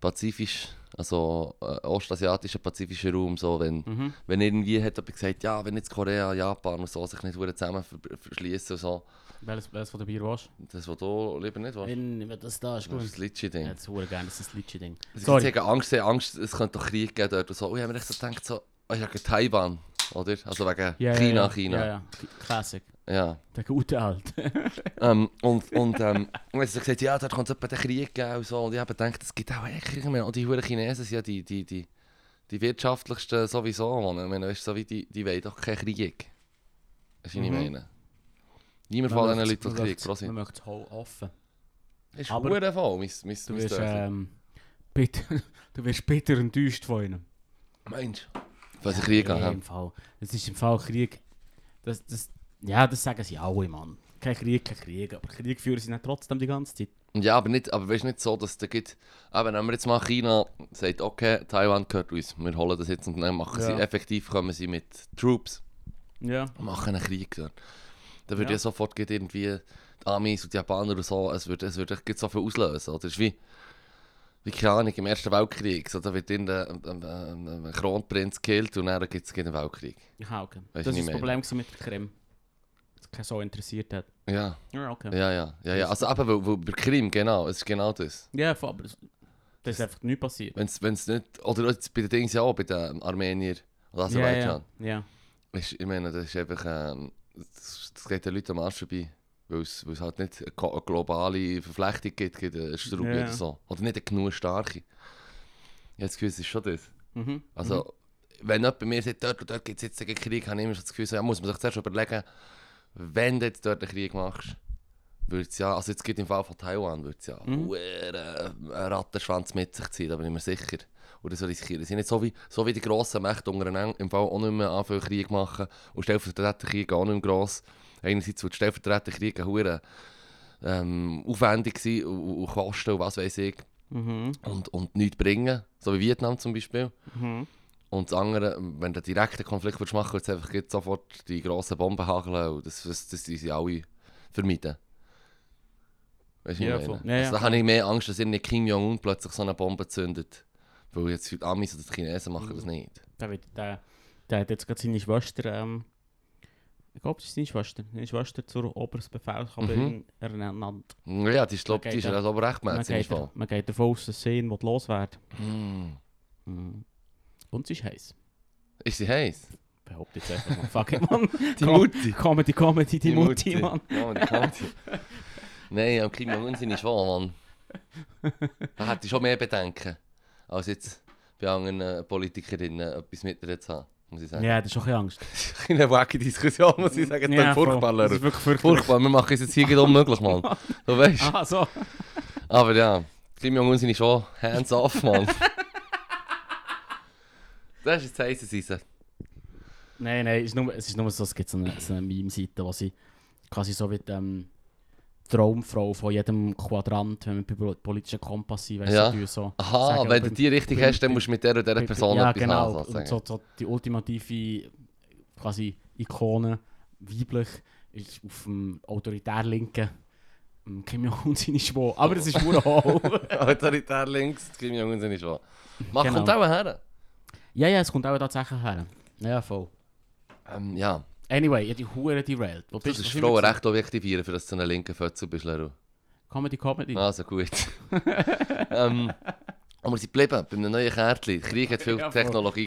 Pazifisch, also äh, ostasiatischen pazifischen Raum, so, wenn, Mhm. wenn irgendwie hat jemand gesagt, ja, wenn jetzt Korea, Japan und so sich nicht verdammt zusammen ver verschließen und so, Welches, welches von den Bier warst das, was du lieber nicht willst. Wenn das da ist, Das ist das Litschi-Ding. Jetzt hure gerne, das ist das Litschi-Ding. Sie Sorry. sagen Angst, sie haben Angst, es könnte doch Krieg geben dort und so. Und ich habe mir echt so gedacht, so, oh, ich sage Taiwan, oder? Also wegen Ja, ja, China, ja. China. Ja, Ja. ja. Classic. Der gute <laughs> Alte. Ähm, und und ähm, und jetzt hat sie gesagt, ja, dort könnte es etwa den Krieg geben und so. Und ich habe gedacht, es gibt auch echt Krieg. Ich meine, auch die Huren Chinesen sind ja die, die, die, die wirtschaftlichsten sowieso. Mann. Ich meine, weißt du, so wie die, die wollen doch keinen Krieg. Das ist, was ich Mhm. meine. Niemand von diesen Leuten will Krieg, Wir Prosit. möchten es offen. Ist aber- Huren voll, mein, mein, Du mein wirst, Dörfli. ähm, <laughs> bitter, du wirst bitter enttäuscht von ihnen. Meinst du? Falls ich Krieg Ja, habe. im Fall. Es ist im Fall Krieg. Das, das, ja, das sagen sie alle, Mann. Kein Krieg, kein Krieg. Aber Krieg führen sie dann trotzdem die ganze Zeit. Ja, aber nicht, aber weißt nicht so, dass da gibt. Aber wenn wir jetzt mal China sagt, okay, Taiwan gehört uns, wir holen das jetzt und dann machen sie Ja. effektiv kommen sie mit Troops Ja. und machen einen Krieg dort. Da würde Ja. ja. sofort geht irgendwie die Amis und die Japaner und so, es würde es würde echt so viel auslösen. Oder? Das ist wie, wie keine Ahnung, im Ersten Weltkrieg. So, da wird irgendein ähm, ähm, ähm, ein Kronprinz gekillt und dann gibt es einen Weltkrieg. Ja, okay. das Weiss ich war nicht das mehr. Problem gewesen mit der Krim. Das keinen so interessiert hat. Ja, Ja, okay. ja, ja. ja, ja. Also eben, weil, weil bei Krim, genau, es ist genau das. Ja, voll, aber das, das ist einfach nicht passiert. Wenn es nicht. Oder jetzt bei den Dings ja auch, bei den Armenier und ja, Aserbaidschan. ja, ja. Ist, ich meine, das ist einfach. Ähm, das, das geht den Leuten am Arsch vorbei. Weil es, weil es halt nicht eine, ko- eine globale Verflechtung gibt, gibt eine Straube Ja. oder so. Oder nicht eine genug starke. Jetzt Gefühl, es ist schon das. Mhm. Also, wenn jemand bei mir sagt, dort und dort gibt es jetzt einen Krieg, habe ich immer so das Gefühl, so, ja, muss man sich zuerst überlegen, wenn du jetzt dort einen Krieg machst, würde es ja, also jetzt gibt im Fall von Taiwan, würde es ja Mhm. einen Rattenschwanz mit sich ziehen, da bin ich mir sicher. Und das riskieren sie nicht. So wie, so wie die grossen Mächte untereinander im Fall auch nicht mehr anfangen Krieg machen und stellvertretende Krieg auch nicht mehr gross. Einerseits wird stellvertretende Krieg ein verdammt, ähm, aufwendig sein und, und- und kosten und was weiß ich Mhm. und, und nichts bringen, so wie Vietnam zum Beispiel. Mhm. Und das andere, wenn du direkt einen Konflikt willst machen willst, einfach jetzt sofort die grossen Bomben hageln und das, das, das sind sie alle vermeiden. Weißt du, Ja, was ich voll. meine? Ja, ja, also, da habe ich mehr Angst, dass irgendein Kim Jong-un plötzlich so eine Bombe zündet. Weil jetzt die Amis oder die Chinesen machen das nicht. Der, wird, der, der hat jetzt gerade seine Schwester, ähm, ich glaube, das ist seine Schwester, seine Schwester zur Obersbefehlshaberin mhm. ernannt. Ja, die ist, glaub, Okay, die ist dann- also aber Man rechtmäßig. geht, Fall. man geht davon aus, dass sie ihn los werden Hm. mhm. Und sie ist heiß. Ist sie heiß? Behaupte jetzt einfach mal. Fuck it, <laughs> Mann. Die Komm. Mutti. Comedy, Comedy, die, Mutti, Mann. Ja, Mann, die Mutti. Nein, am Kim Jong-un sind ich schon, Mann. Da hätte ich schon mehr Bedenken, als jetzt bei anderen äh, Politikerinnen etwas mit ihr zu haben, muss ich sagen. Ja, das ist schon ein bisschen Angst. <laughs> Das ist eine wacke Diskussion, muss ich sagen. Das Ja, ja, voll. furchtbar, Das ist Leute. wirklich furchtbar. Furchtbar, wir machen es jetzt hier gerade unmöglich, Mann. Du weißt. <laughs> Ah, so. Aber ja, Kim Jong-un sind ich schon hands off, Mann. Das ist jetzt heiße Season. Nein, nein, es ist nur, es ist nur so, es gibt so eine, so eine Meme-Seite, wo sie quasi so wie die ähm, Traumfrau von jedem Quadrant, wenn wir bei Pol- politischen Kompass sind, weißt Ja. du, die so... Aha, sagen, wenn ob du im- die richtig beim- hast, dann musst du mit der und der bei- Person Ja, etwas genau, haben, sozusagen. und so, so die ultimative quasi Ikone, weiblich, ist auf dem autoritär linken ähm, Kim Jong-un seine Schwur. Aber <laughs> das ist nur Autoritär links, die Kim Jong-un sind ich schon. Mach Genau. kommt auch her. Ja, ja, es kommt auch tatsächlich her. Ja, voll. Ähm, ja, Anyway, ich habe die Hure derailed. Wo das bist ist du? Frauen recht objektivieren, für das du einen linken Fötzel bist, Leru. Comedy, Comedy. Also gut. <laughs> ähm, aber wir sind geblieben bei einem neuen Kärtchen. Der Krieg hat viel Ja, voll. Technologie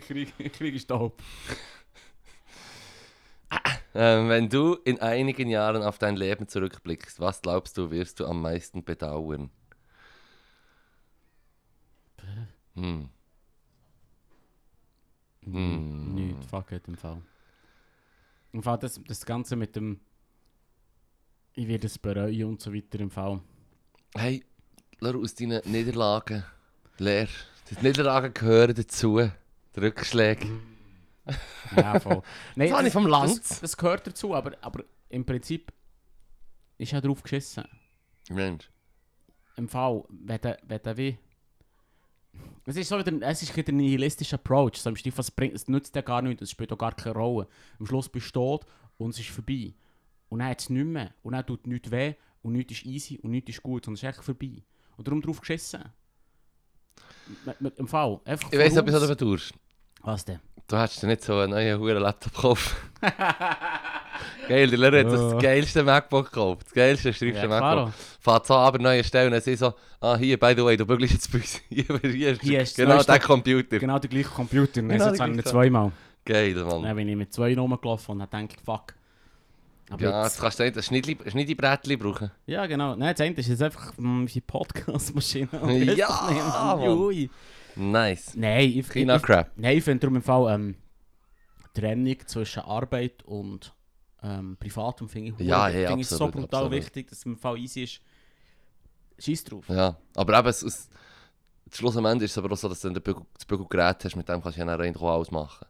<laughs> Krieg, Krieg ist taub. Ähm, wenn du in einigen Jahren auf dein Leben zurückblickst, was glaubst du, wirst du am meisten bedauern? Hm. Hm. Nicht, fuck it, im Fall. Im Fall das, das Ganze mit dem ich werde es bereuen und so weiter im Fall. Hey, Leru, aus deinen Niederlagen, lehr Die Niederlagen gehören dazu. Die Rückschläge. <laughs> Ja, voll. Nein, Das habe ich vom Das, Land. das gehört dazu, aber, aber im Prinzip ist ja drauf geschissen. Mensch. Im Fall, wenn der, wenn der wie. Es ist so wieder, es ist wieder ein nihilistischer Approach. So im Stil, was bringt, es nützt ja gar nichts, es spielt auch gar keine Rolle. Am Schluss bist du tot und es ist vorbei. Und dann hat es nichts mehr. Und dann tut nichts weh und nichts ist easy und nichts ist gut. Und es ist echt vorbei. Und darum drauf geschissen. Mit, mit, Im Fall. Einfach Ich weiss, voraus. etwas du tust. Was denn? Du hättest dir nicht so einen neuen huren Laptop gekauft. <laughs> Geil, der Lehrer hat sich Ja. das geilste MacBook gekauft. Das geilste schreibste Ja, klar. MacBook. Fährt so aber neue Stellen und sie so, ah, hier, by the way, du bügelst jetzt bei uns. <laughs> Hier, hier ist, Hier ist das genau neueste- der Computer. Genau der gleiche Computer. Genau Genau jetzt der habe ich ihn gleiche. zweimal. Geil, Mann. Dann bin ich mit zwei Nummern gelaufen und habe gedacht, fuck. Aber Ja, jetzt, jetzt kannst du nicht ein Schneidli- ein Schneidibrettli brauchen. ja, genau. Nein, das eine ist jetzt einfach mm, unsere Podcast-Maschine. <laughs> Ja, Ich weiß nicht, Mann. Jui. Nice. Nein, ich, ich, China ich, Crap. nein, ich finde darum im Fall ähm, Trennung zwischen Arbeit und ähm, Privatum finde ich, Ja, hure- ja, finde ich so absolut, brutal absolut. wichtig, dass es im Fall easy ist. Scheiß drauf. Ja. Aber eben, es, es, das Schluss am Ende ist es aber auch so, dass du dann den Bügel- das Bügelgerät hast, mit dem kannst du ja dann rein alles machen.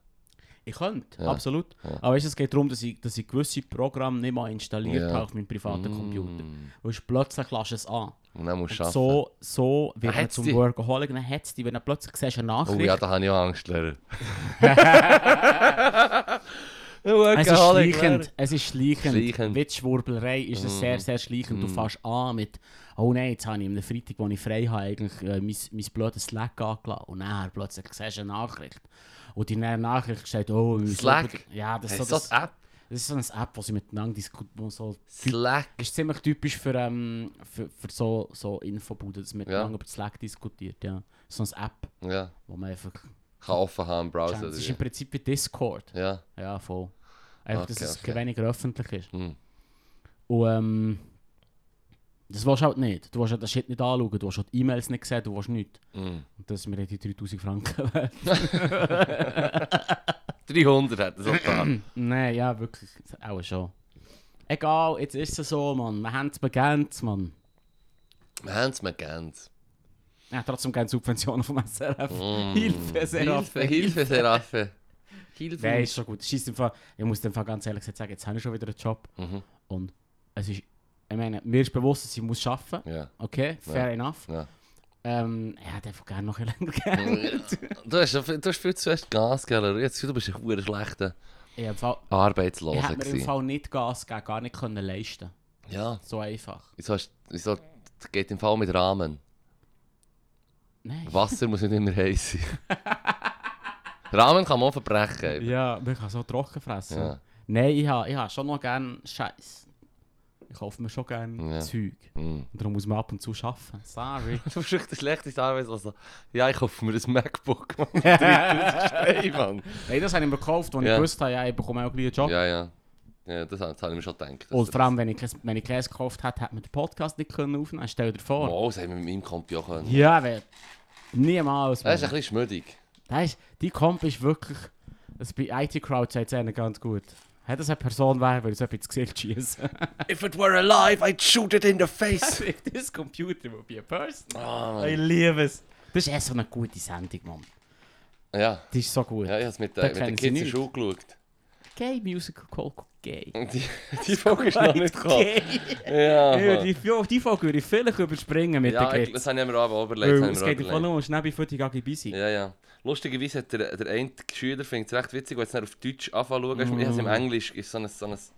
Ich könnte, Ja, absolut. ja. Aber weißt, du, es geht darum, dass ich, dass ich gewisse Programme nicht mal installiert Ja. habe auf meinem privaten Computer. Mm. Weil ich plötzlich lasse ich es an. Und dann musst du Und Nou, schaffen. so, so wird Dann man hat's zum die. Workaholic, dann hat es dich, wenn du plötzlich siehst, eine Oh Nachricht. ja, da habe ich auch Angst, <laughs> Lehrer. es ist schleichend, es ist schleichend. Schleichend. Mit Schwurblerei ist es sehr, sehr schleichend. Du fährst an mit, oh nein, jetzt habe ich am Freitag, wo ich frei habe, eigentlich äh, mein, mein blödes Slack angelassen. Und nachher plötzlich siehst du eine Nachricht. Und in der Nachricht steht, oh, wir müssen- Slack? Ja, das Das ist, ist so, das, das App. das ist so eine App, wo sie miteinander diskutieren. So, Slack. ist ziemlich typisch für, ähm, für, für so, so Infobuden, dass man miteinander über Slack diskutiert. Ja. So eine App, Ja. wo man einfach. Kann offen haben im Browser. Chance. oder Es ist wie? im Prinzip wie Discord. Ja. Ja, voll. Einfach, dass Okay, es okay. okay. weniger öffentlich ist. Hm. Und ähm, das willst du halt nicht. Du willst halt den Shit nicht anschauen, du willst halt die E-Mails nicht sehen, du willst nichts. Mm. Und das ist mir die 3000 Franken <laughs> wert. 300 hat <clears throat> es auch getan. Hm. Nein, ja, wirklich. Auch schon. Egal, jetzt ist es so, Mann. Wir haben es begehrt, Mann. Wir haben es mir ganz. Ja, trotzdem gerne Subventionen vom SRF. Mm. Hilfe, SRF. Hm. Hilfe, Hilfe, Seraffe. Hilfe. Nein, ist schon gut. Scheisse im Fall, ich muss dem Fall ganz ehrlich gesagt sagen, jetzt habe ich schon wieder einen Job. Mhm. Und es ist, ich meine, mir ist bewusst, dass ich muss arbeiten muss. Ja. Okay, fair enough. ja. Ähm, ich hätte einfach gerne noch ein bisschen <laughs> länger geändert. Du, hast, du hast viel zu fest Gas gegeben. Jetzt du bist ein verdammt schlechter Ich, hab im Fall- ich Arbeitsloser. hätte mir im gewesen. Fall nicht Gas gegeben, gar nicht können leisten Ja. So einfach. Wieso, hast, wieso das geht im Fall mit Rahmen? Nein. Wasser muss nicht immer heiß sein. <laughs> Rahmen kann man auch verbrechen. eben. Ja, man kann so trocken fressen. Ja. Nein, ich habe ich ha schon noch gerne Scheiß. Ich kaufe mir schon gerne Ja. Zeug. <laughs> Mm. Und darum muss man ab und zu arbeiten. <laughs> Sorry. Du bist echt der schlechteste Arbeitsloser. Ja, ich hoffe mir ein MacBook, Mann. <laughs> 3000 Steine, Mann. Nein, das habe ich mir gekauft, als Ja. ich gewusst habe, ja, ich bekomme auch gleich einen Job. Ja, ja. Ja, das, das habe ich mir schon gedacht. dass Und vor allem, das- wenn ich, kein- wenn ich Käse gekauft hätte, hätte man den Podcast nicht können aufnehmen können. Stell dir vor. Wow, Oh, das haben wir mit meinem Kompi auch können. Ja, weil. Niemals. Das ist Mann. ein bisschen schmüdig. Das ist, die Komp ist wirklich. Das bei IT Crowd sagt es ihnen ganz gut. Hätte es eine Person wäre, würde ich so etwas ins Gesicht <laughs> schießen. If it were alive, I'd shoot it in the face. <laughs> This computer will be a person. Ah, Ich liebe es. Das ist echt so eine gute Sendung, Mann. ja. Das ist so gut. Ja, ich habe es mit, Da der- mit kennen den sie Kids in die nicht. Schule <laughs> geschaut. Gay Musical Call Gay. Und die, die Folge ist noch nicht gekommen. Gay. Ja, Ja, Mann. die, ja, die Folge würde ich vielleicht überspringen mit ja den ich, das Kids. haben wir aber auch überlegt. Weil haben es wir auch geht einfach überlegt. nur um Schnäbi für die Gagi Bisi. Ja, ja. Lustigerweise hat der, der eine Schüler findet es recht witzig, weil es dann auf Deutsch anfangen zu schauen. Mm. Ich habe es im Englisch, ist so ein, so ein Das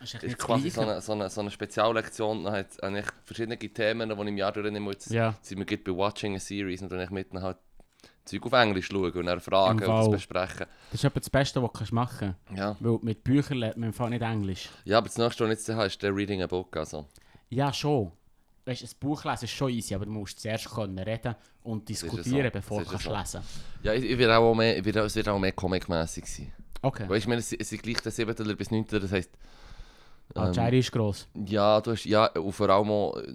echt ist nicht das quasi so Gleiche. eine, so eine, so eine Speziallektion. Dann hat habe ich verschiedene Themen, die ich im Jahr durchnehme. Jetzt Ja. sind wir gerade bei Watching a Series und dann ich mitten halt Zeug auf Englisch schauen und dann fragen Im und das Fall. besprechen. Das ist etwa das Beste, was du machen kannst. Ja. Weil mit Büchern lernt man im Fall nicht Englisch. ja, aber das nächste, was ich jetzt habe, ist der Reading a Book. Also. Ja, schon. Weißt, ein Buch lesen ist schon easy, aber du musst zuerst können reden und ja diskutieren, so. bevor Das du ist kannst ja lesen Ja, ich, ich werde auch mehr, ich werde, es wird auch mehr comic-mässig sein. Okay. Weißt du, ich meine, es, es sind gleich der 7. bis 9. Das heisst, ähm, Ah, Jerry ist gross. Ja, du hast ja, und vor allem auch, äh,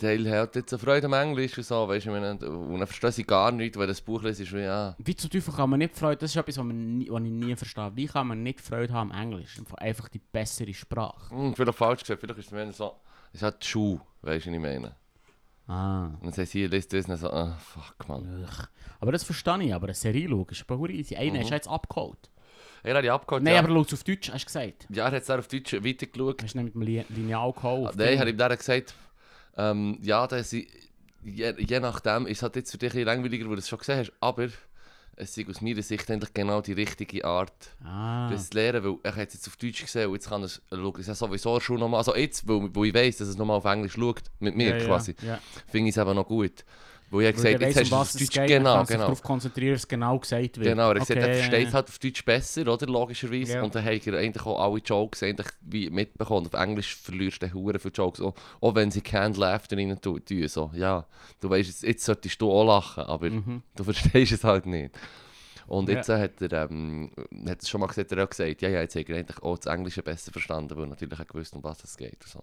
Teil hat jetzt eine Freude am Englisch und so, weißt du, ich meine, und dann verstehe ich gar nichts, weil das Buch lese, ist wie, ja, Wie zum Teufel kann man nicht Freude, das ist etwas, was, man nie, was ich nie verstehe. Wie kann man nicht Freude haben am Englisch? Einfach die bessere Sprache. hm, vielleicht falsch gesagt, vielleicht ist es mehr so, es hat Schuh, weißt du, was ich meine. Ah. Und dann sagst du, hier, liest du es. Und dann so, ah, fuck, man. Ugh. Aber das verstehe ich, aber eine Serie schauen ist aber verdammt easy. Einer ist ja jetzt abgeholt. Er hat die abgeholt. Nein, Mhm. ja. aber schaut auf Deutsch, hast du gesagt. ja, er hat es dann auf Deutsch weitergeschaut. Hast du nicht mit dem Li- Lineal geholt? Ah, Nein, ich habe ihm dann gesagt, ähm, ja, das ist, je, je nachdem ist es halt jetzt für dich ein bisschen langweiliger, weil du es schon gesehen hast, aber es ist aus meiner Sicht eigentlich genau die richtige Art, Ah. das zu lernen, weil ich habe es jetzt auf Deutsch gesehen und jetzt kann er es schauen. Es ist ja sowieso schon nochmal, also jetzt, wo, wo ich weiss, dass es nochmal auf Englisch schaut, mit mir ja, quasi, Ja. Ja. finde ich es eben noch gut. Weil ich habe Weil gesagt, der jetzt weiss, um hast du es auf es Deutsch, geht, dann genau, kann sich genau. darauf konzentrieren, was genau gesagt wird. Genau, er hat gesagt, er Okay, versteht ja, es halt auf Deutsch besser, oder? Logischerweise. Ja. Und dann hat er eigentlich auch alle Jokes eigentlich wie mitbekommen. Auf Englisch verlierst du Huren für Jokes. Auch, auch wenn sie Canned Laughter rein tu- tun. So. Ja, du weißt, jetzt, jetzt solltest du auch lachen, aber du <laughs> verstehst es halt nicht. Und Mhm. Ja. jetzt äh, hat er, ähm, hat es schon mal gesagt, er hat gesagt, ja, ja, jetzt hat er eigentlich auch das Englische besser verstanden, weil er natürlich auch gewusst, um was es geht. Und, so.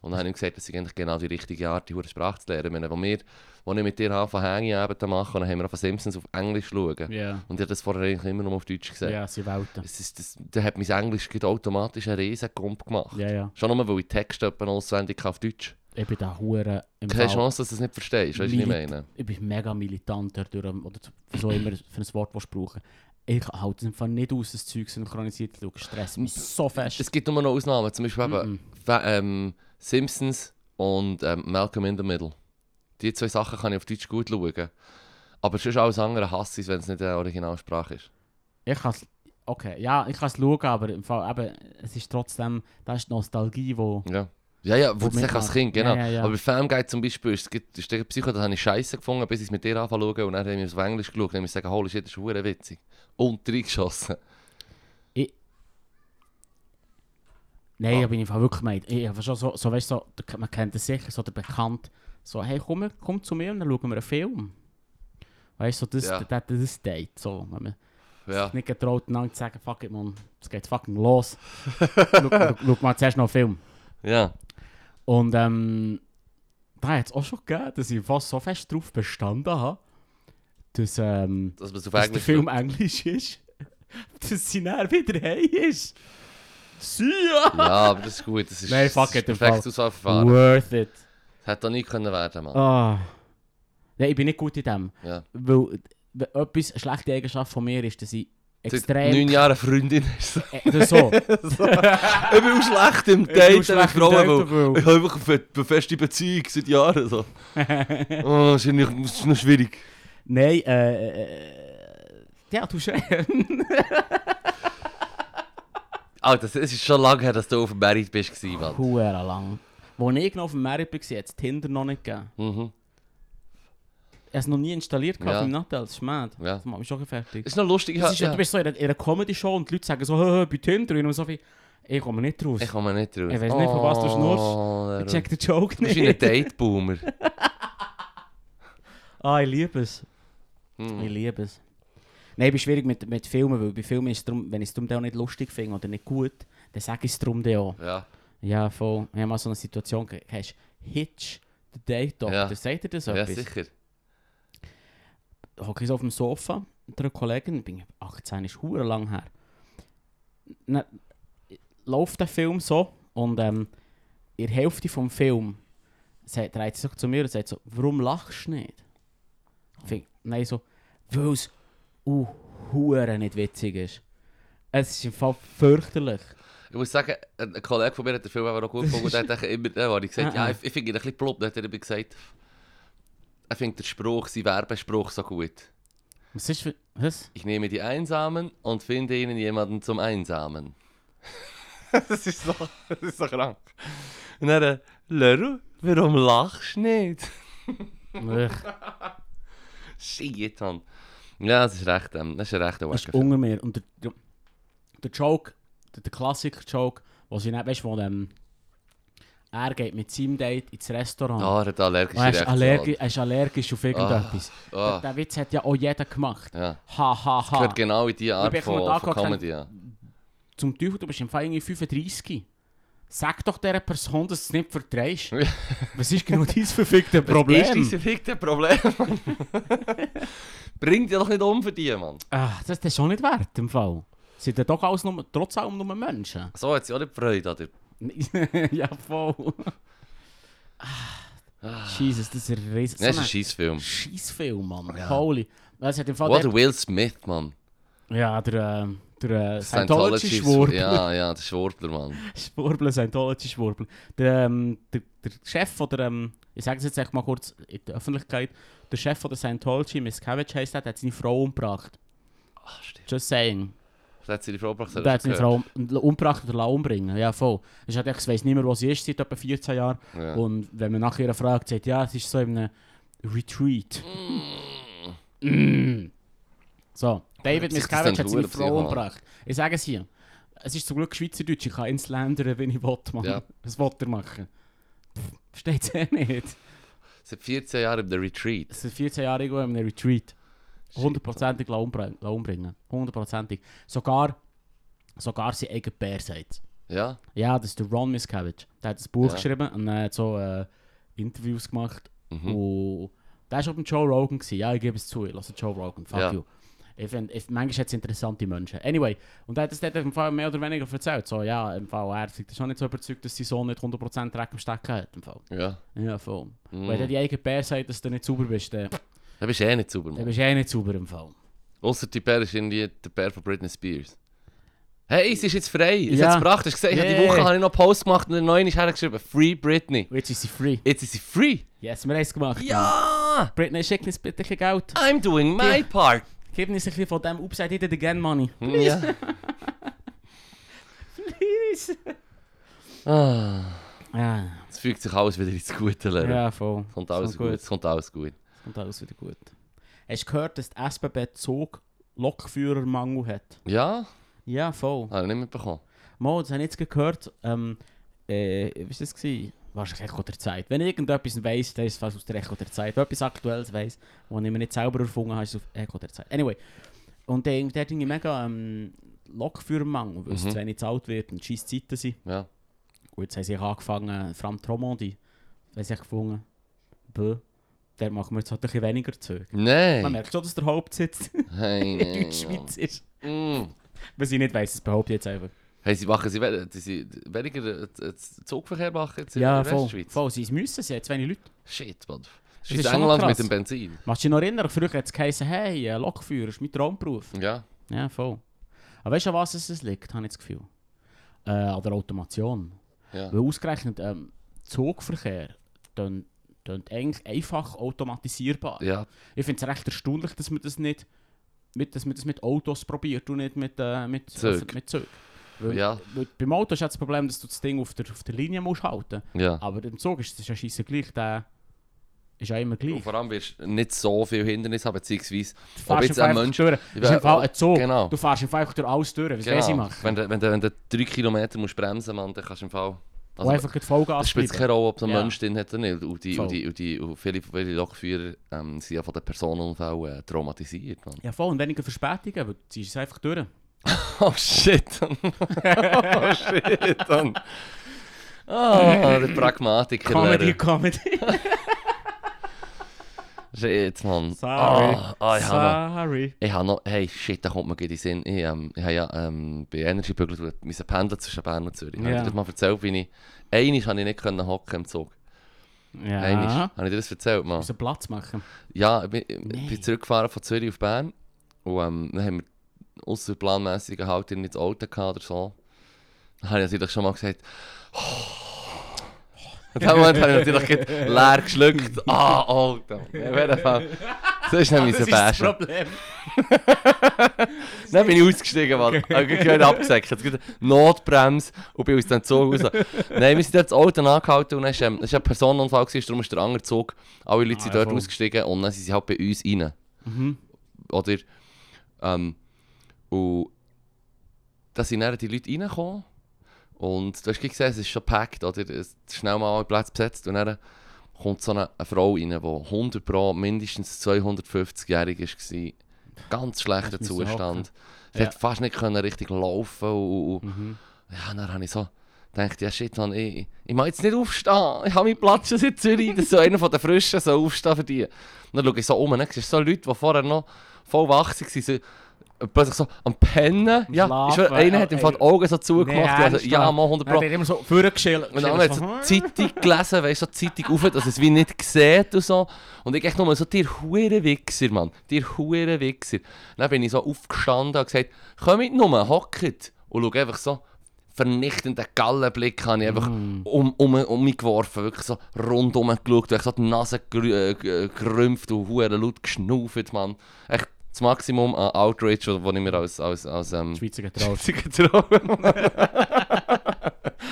und dann habe ich ihm gesagt, das ist eigentlich genau die richtige Art, die Hure Sprache zu lernen. Ich meine, Als wir, als ich mit dir anfangen, Hängeabend zu machen, dann haben wir angefangen, Simpsons auf Englisch zu schauen. Ja, Und ich habe das vorher eigentlich immer nur auf Deutsch ja. gesehen. ja sie Welten. Das ist, das, da hat mein Englisch gerade automatisch einen riesen Grump gemacht. Ja, ja. Schon nur, weil ich Texte etwa auswendig kann auf Deutsch. Ich bin da hure im Keine Fall- Chance, dass du es nicht verstehst, weißt du, was ich Milit- meine? Ich bin mega militant dadurch, oder so immer für ein Wort, das ich brauche. Ich halte es einfach nicht aus, das Zeug synchronisiert zu schauen. Stress mich so fest. Es gibt nur noch Ausnahmen, zum Beispiel eben, Fa- ähm, Simpsons und ähm, Malcolm in the Middle. Die zwei Sachen kann ich auf Deutsch gut schauen. Aber sonst alles andere hasse ich, wenn es nicht eine Originalsprache ist. Ich kann es... Okay, ja, ich kann es schauen, aber im Fall, eben, es ist trotzdem... Das ist die Nostalgie, wo... Ja. Ja, ja, wo Wo du sagst als mitmacht. Kind, genau. Ja, ja, ja. Aber bei Family Guy zum Beispiel ist, es- ist der Psycho, das habe ich scheiße gefunden, bis ich es mit dir anfangen schaue und dann habe ich es auf Englisch geschaut und habe ich gesagt, holy shit, das ist hure witzig. Und reingeschossen. <laughs> Nein, Ah. da bin ich im Fall wirklich meid. Ich habe schon so, so weißt du, so, der- man kennt das sicher, so der Bekannt. So, hey, komm, komm zu mir und dann schauen wir einen Film. Weißt du, so das, Ja. das, das, das Date, so, wenn man... Ja. nicht getraut, dann zu sagen, fuck it, man, es geht fucking los. schau, schau, schau mal zuerst noch einen Film. Ja. Und ähm, da hat es auch schon gegeben, dass ich fast so fest drauf bestanden habe, dass, ähm, Dass man es auf dass der Englisch Film dus Englisch <laughs> ist, dass sie näher wieder hey ist. See ya! schaut. Ja, aber das ist gut. Das ist, Nein, fuck das ist it, im perfekt Fall. ausverfahren. Worth it. Das hätte doch nie können werden, Mann. Ah. Nein, ich bin nicht gut in dem. Ja. Weil äh, etwas schlechte Eigenschaft von mir ist, dass ich Seit extrem... neun Jahren eine Freundin ist. <laughs> Äh, das so. Ich bin auch schlecht im Daten mit schlecht im Frauen, Daten, weil <laughs> weil- ich habe einfach eine fe- eine feste Beziehung seit <laughs> Jahren. So. oh, das ist, nicht, das ist noch schwierig. Nein, äh, äh, ja, du schreibst. Alter, es ist schon lange her, dass du auf dem Married bist, Mann. Huere lang. Als ich noch auf dem Merit war, hat es Tinder eh. noch nicht gegeben. Mhm. Ich habe es noch nie installiert gehabt Ja. im Nattel, das ist mad. Ja. Das macht mich schon fertig. Ist noch lustig, ich Das ha- ist, nou ja. Du bist so in einer, in einer Comedy-Show und die Leute sagen so, «Hö, hö, bei Tinder, und ich so viel, ich komme nicht raus. Ich komme nicht raus. Ich weiss nicht, von was dus du schnurrst. schnurst. Ich check den Joke Du bist wie ein nicht. <laughs> Dateboomer. <laughs> Ah, ich liebe es. Hm. Ich liebe es. Nein, ich bin schwierig mit, mit Filmen, weil bei Filmen ist es darum, wenn ich es darum dann auch nicht lustig finde oder nicht gut, dann sage ich es darum dann auch. Ja. Ja, voll. Wir haben mal so eine Situation gehabt. Hast Hitch, The Date Doctor, Ja. sagt ihr das ja, etwas? sicher. hocke ich so auf dem Sofa mit einer Kollegin, bin ich 18, ist hure lang her. Dann läuft der Film so und ähm, in der Hälfte vom Film sagt, dreht sie sich zu mir und sagt so, warum lachst du nicht? Fing, nein, so, weil es uh, hure nicht witzig ist. Es ist im Fall fürchterlich. Ich muss sagen, ein ein Kollege von mir hat den Film aber auch gut gefunden. Der hat eigentlich immer, der hat gesagt, ja, ich, ich finde ihn ein bisschen plopp. Dann hat er immer gesagt, er findet den Spruch, seinen Werbespruch so gut. Was ist für... Was? Ich nehme die Einsamen und finde ihnen jemanden zum <laughs> Einsamen. das ist so, das ist so krank. Und dann, äh, Leru, warum lachst du nicht? Ugh, Shit, Mann. Ja, das ist recht, ähm, das ist ein rechter das ist Wacker. unter mir. Und der, der, der Joke, der, der Klassiker-Joke, wo sie nicht, weißt du, wo ähm, er geht mit seinem Date ins Restaurant. Ah, er hat allergische Er ist, Reaktion. allergisch, er ist allergisch auf irgendetwas. Ah. Der, der Witz hat ja auch jeder gemacht. Ja. Ha, ha, ha. Gehört genau in die Art bin von, von da von angeguckt, Comedy. Ja. Zum Teufel, du bist im Fall irgendwie 35. Sag doch dieser Person, dass du es nicht <laughs> vertreibst. Was ist genau dein verfickte Problem? verfickte Problem, <laughs> Mann? Bring dich doch nicht um für dich, Mann. Ach, das ist das schon nicht wert im Fall. Sind ja doch alles nur, trotz allem nur Menschen. <laughs> So hat sie auch nicht Freude an dir. ja, voll. Ah, Jesus, das ist ein riesen... Nein, es ist ein so Scheissfilm. ein Scheissfilm, Mann. Ja. Holy. Das hat im Fall What der, a Will Smith, Mann. ja, der, ähm, der äh, Scientology-Schwurbel. <laughs> Ja, ja, der Schwurbler, Mann. Schwurbel, Scientology-Schwurbel. Der, ähm, der, der Chef von der, ähm, ich sage es jetzt echt mal kurz in der Öffentlichkeit, der Chef von der Scientology, Miscavige heisst der, der hat seine Frau umgebracht. Ah, stimmt. Just saying. Da hat sie die Frau gebracht. Der hat seine Frau eh, um- umgebracht oder lassen umbringen Ja, voll. Ich halt echt, ich weiss nicht mehr, wo sie ist, seit etwa 14 Jahren. Ja. Und wenn man nachher fragt, sagt ja, es ist so in einem eh, Retreat. Mm. So, David Ob sich das Miscavige dann hat seine lohnt, Frau ja. umgebracht. Ich sage es hier. Es ist zum Glück Schweizerdeutsch, ich kann Insländer, wenn ich will, machen. Ja. Was will er machen? Pff, Versteht ihr nicht? Seit 14 Jahren im Retreat. Es sind 14 Jahre irgendwo in einem Retreat. Hundertprozentig lassen umbringen. lassen umbringen. Hundertprozentig. Sogar, sogar sein eigener Bär sagt Ja, Ja, das ist der Ron Miscavige. Der hat ein Buch Ja. geschrieben und er hat so äh, Interviews gemacht. Mhm. Und der war auf dem Joe Rogan. Gewesen. Ja, ich gebe es zu, ich lasse Joe Rogan. Fuck Ja. you. Ich find, ich, manchmal hat es interessante Menschen. Anyway, und er hat es dort im Fall mehr oder weniger erzählt. So, ja, im Fall, er ist schon nicht so überzeugt, dass sein Sohn nicht 100% Dreck im Stecken hat. Im Fall. ja. Ja, voll. Mhm. Wenn dir die eigene Bär sagt, dass du nicht sauber bist, dann, Da bist du eh nicht sauber, dann Mann. bist du eh nicht sauber im Fall. Außer die Bär ist irgendwie der Bär von Britney Spears. Hey, sie ist jetzt frei. Ich Ja. ja. gebracht. Hast du gesehen, ich habe die Yeah. Woche habe ich noch Post gemacht und einen neuen ist hergeschrieben. Free Britney. Und Jetzt ist sie free. Jetzt ist sie free. Yes, wir haben es gemacht. Ja! Britney, schick uns bitte ein bisschen Geld. I'm doing my Ja. part. Gib uns ein bisschen von dem Upside Hidden Again <laughs> Money. Ja. Please. Ah, Ja, es fügt sich alles wieder ins Gute, Lehrer. ja voll. Es kommt alles So gut. Es kommt alles gut. Es kommt alles wieder gut. Hast du gehört, dass die SBB Zug Lokführermangel hat? Ja, Ja, voll. habe ich nicht mitbekommen. Mo, das habe ich jetzt gerade gehört. Ähm, äh, was war das? Gewesen? Wahrscheinlich Echo der Zeit. Wenn ich irgendetwas weiss, dann ist es fast aus der Echo der Zeit. Wenn etwas Aktuelles weiss, was ich mir nicht selber erfunden habe, ist es auf Echo der Zeit. Anyway. Und der, der hat irgendwie mega ähm, Lokführermangel, weil es Mhm. zu wenig alt wird und scheiss Zeiten sind. Ja. Und jetzt haben sie angefangen, vor allem Tromondi, haben sie gefunden, bö, der machen wir jetzt halt ein bisschen weniger Züge. Man Nein. merkt schon, dass der Hauptsitz <laughs> Hey, in der nein. Schweiz ist. Mm. Was ich nicht weiss, das behaupte ich jetzt einfach. Hey, sie machen, sie werden sie sind weniger äh, äh, Zugverkehr machen jetzt ja, in der voll, Westschweiz. voll. Sie müssen, sie haben zu wenig Leute. Shit, man. ist Schweiz schon England krass. mit dem Benzin. Machst du dich noch erinnern, früher hat es geheißen, hey, äh, Lokführer ist mein Traumberuf. Ja. Ja, voll. Aber weißt du, an was es liegt, habe ich das Gefühl? Äh, an der Automation. ja. Weil ausgerechnet ähm, Zugverkehr dann eigentlich einfach automatisierbar. Ja, Ich finde es recht erstaunlich, dass man das nicht mit, dass man das mit Autos probiert und nicht mit, äh, mit Zug. Mit Zug. Weil, Ja. weil beim Auto ist ja das Problem, dass du das Ding auf der, auf der Linie musst halten ja. Aber im Zug ist das ja scheiße gleich. Der ist ja immer Und gleich. vor allem wirst du nicht so viel Hindernisse haben, beziehungsweise Du ob fährst jetzt einfach ein einfach Mensch... durch. Das ist im Fall ein Zug. Genau. Du fährst einfach einfach durch alles durch. Was weiß ich Genau. machen? Wenn du, wenn, du, wenn du drei Kilometer musst bremsen musst, dann kannst du im Fall... Wo einfach gleich Vollgas Es spielt bleiben. keine Rolle, ob es ein Ja. Mensch drin hat oder nicht. Und, die, Voll. und, die, und, die, und viele, viele Lokführer ähm, sind ja von den Personenunfällen äh, traumatisiert. Mann. Ja, voll. Und weniger Verspätungen, weil du ziehst es einfach durch. <laughs> Oh shit! Mann. <laughs> oh shit! Mann. Ah, der Pragmatiker. Comedy, Comedy. Comedy. Shit, Mann. Sorry. Ah, ah, ich habe noch... Sorry. Ich habe noch... Hey, shit, da kommt mir gerade in den Sinn. Ich, ähm, ich habe ja ähm, bei Energy Bügel müssen pendeln zwischen Bern und Zürich. Habe Ja. ich dir das mal erzählt, wie ich... Einmal konnte ich nicht können hocken im Zug. Ja. Einmal. Habe ich dir das erzählt, Mann? Muss einen Platz machen. Ja, ich bin, ich Nein. bin zurückgefahren von Zürich auf Bern. Und ähm, dann haben wir außerplanmäßig halt nicht das Auto gehabt oder so. Dann habe ich natürlich schon mal gesagt, oh. In dem Moment habe ich natürlich gerade leer geschluckt. Ah, Alter. Auf jeden Fall. So ist nämlich so das Bärchen. Problem. Dann bin ich ausgestiegen, Mann. Ich habe gehört abgesackt. Jetzt gerade Notbremse und bin aus dem Zug raus. Nein, wir sind dort das Auto angehalten und dann ist, ähm, es war ein Personenunfall, gewesen, darum ist der andere Zug. Alle Leute sind Ah, ja, dort voll. ausgestiegen und dann sind sie halt bei uns rein. Mhm. Oder? Ähm, und da sind dann die Leute reingekommen. Und du hast gleich gesehen, es ist schon packt, oder? Es ist schnell mal alle Plätze besetzt. Und dann kommt so eine, eine Frau rein, die 100 Pro mindestens 250-jährig war. Ganz schlechter Hast müssen Zustand. hocken. Sie Ja. hat fast nicht können richtig laufen. Und, und, Mhm. ja, dann habe ich so gedacht, ja shit, Mann, ich, ich mag jetzt nicht aufstehen. Ich habe meinen Platz schon seit Zürich. Das ist so einer von den Frischen, ne? so aufstehen für die. Und dann schaue ich so um, dann siehst du so Leute, die vorher noch voll wach waren, so plötzlich so am Pennen. Ja, Schlafen, ich schwör, einer ja, hat im Fall die ey. Augen so zugemacht. Nee, also, ernsthaft. ja, mal Er hat 100 immer so vorgeschillt. Und der andere hat so die Zeitung gelesen, weißt du, so die Zeitung auf, dass er es wie nicht sieht und so. Und ich echt nur so, dir hure Wichser, Mann, dir hure Wichser. Dann bin ich so aufgestanden und gesagt, komm mit nur, hocket. Und schau einfach so, vernichtenden Gallenblick habe ich einfach um, um, um mich geworfen, wirklich so rundum geschaut, und ich so die Nase gerü- äh, ge- gerümpft und hure laut geschnauft, Mann. Echt das Maximum an Outrage, das ich mir als, als, als ähm, Schweizer getraut. <laughs>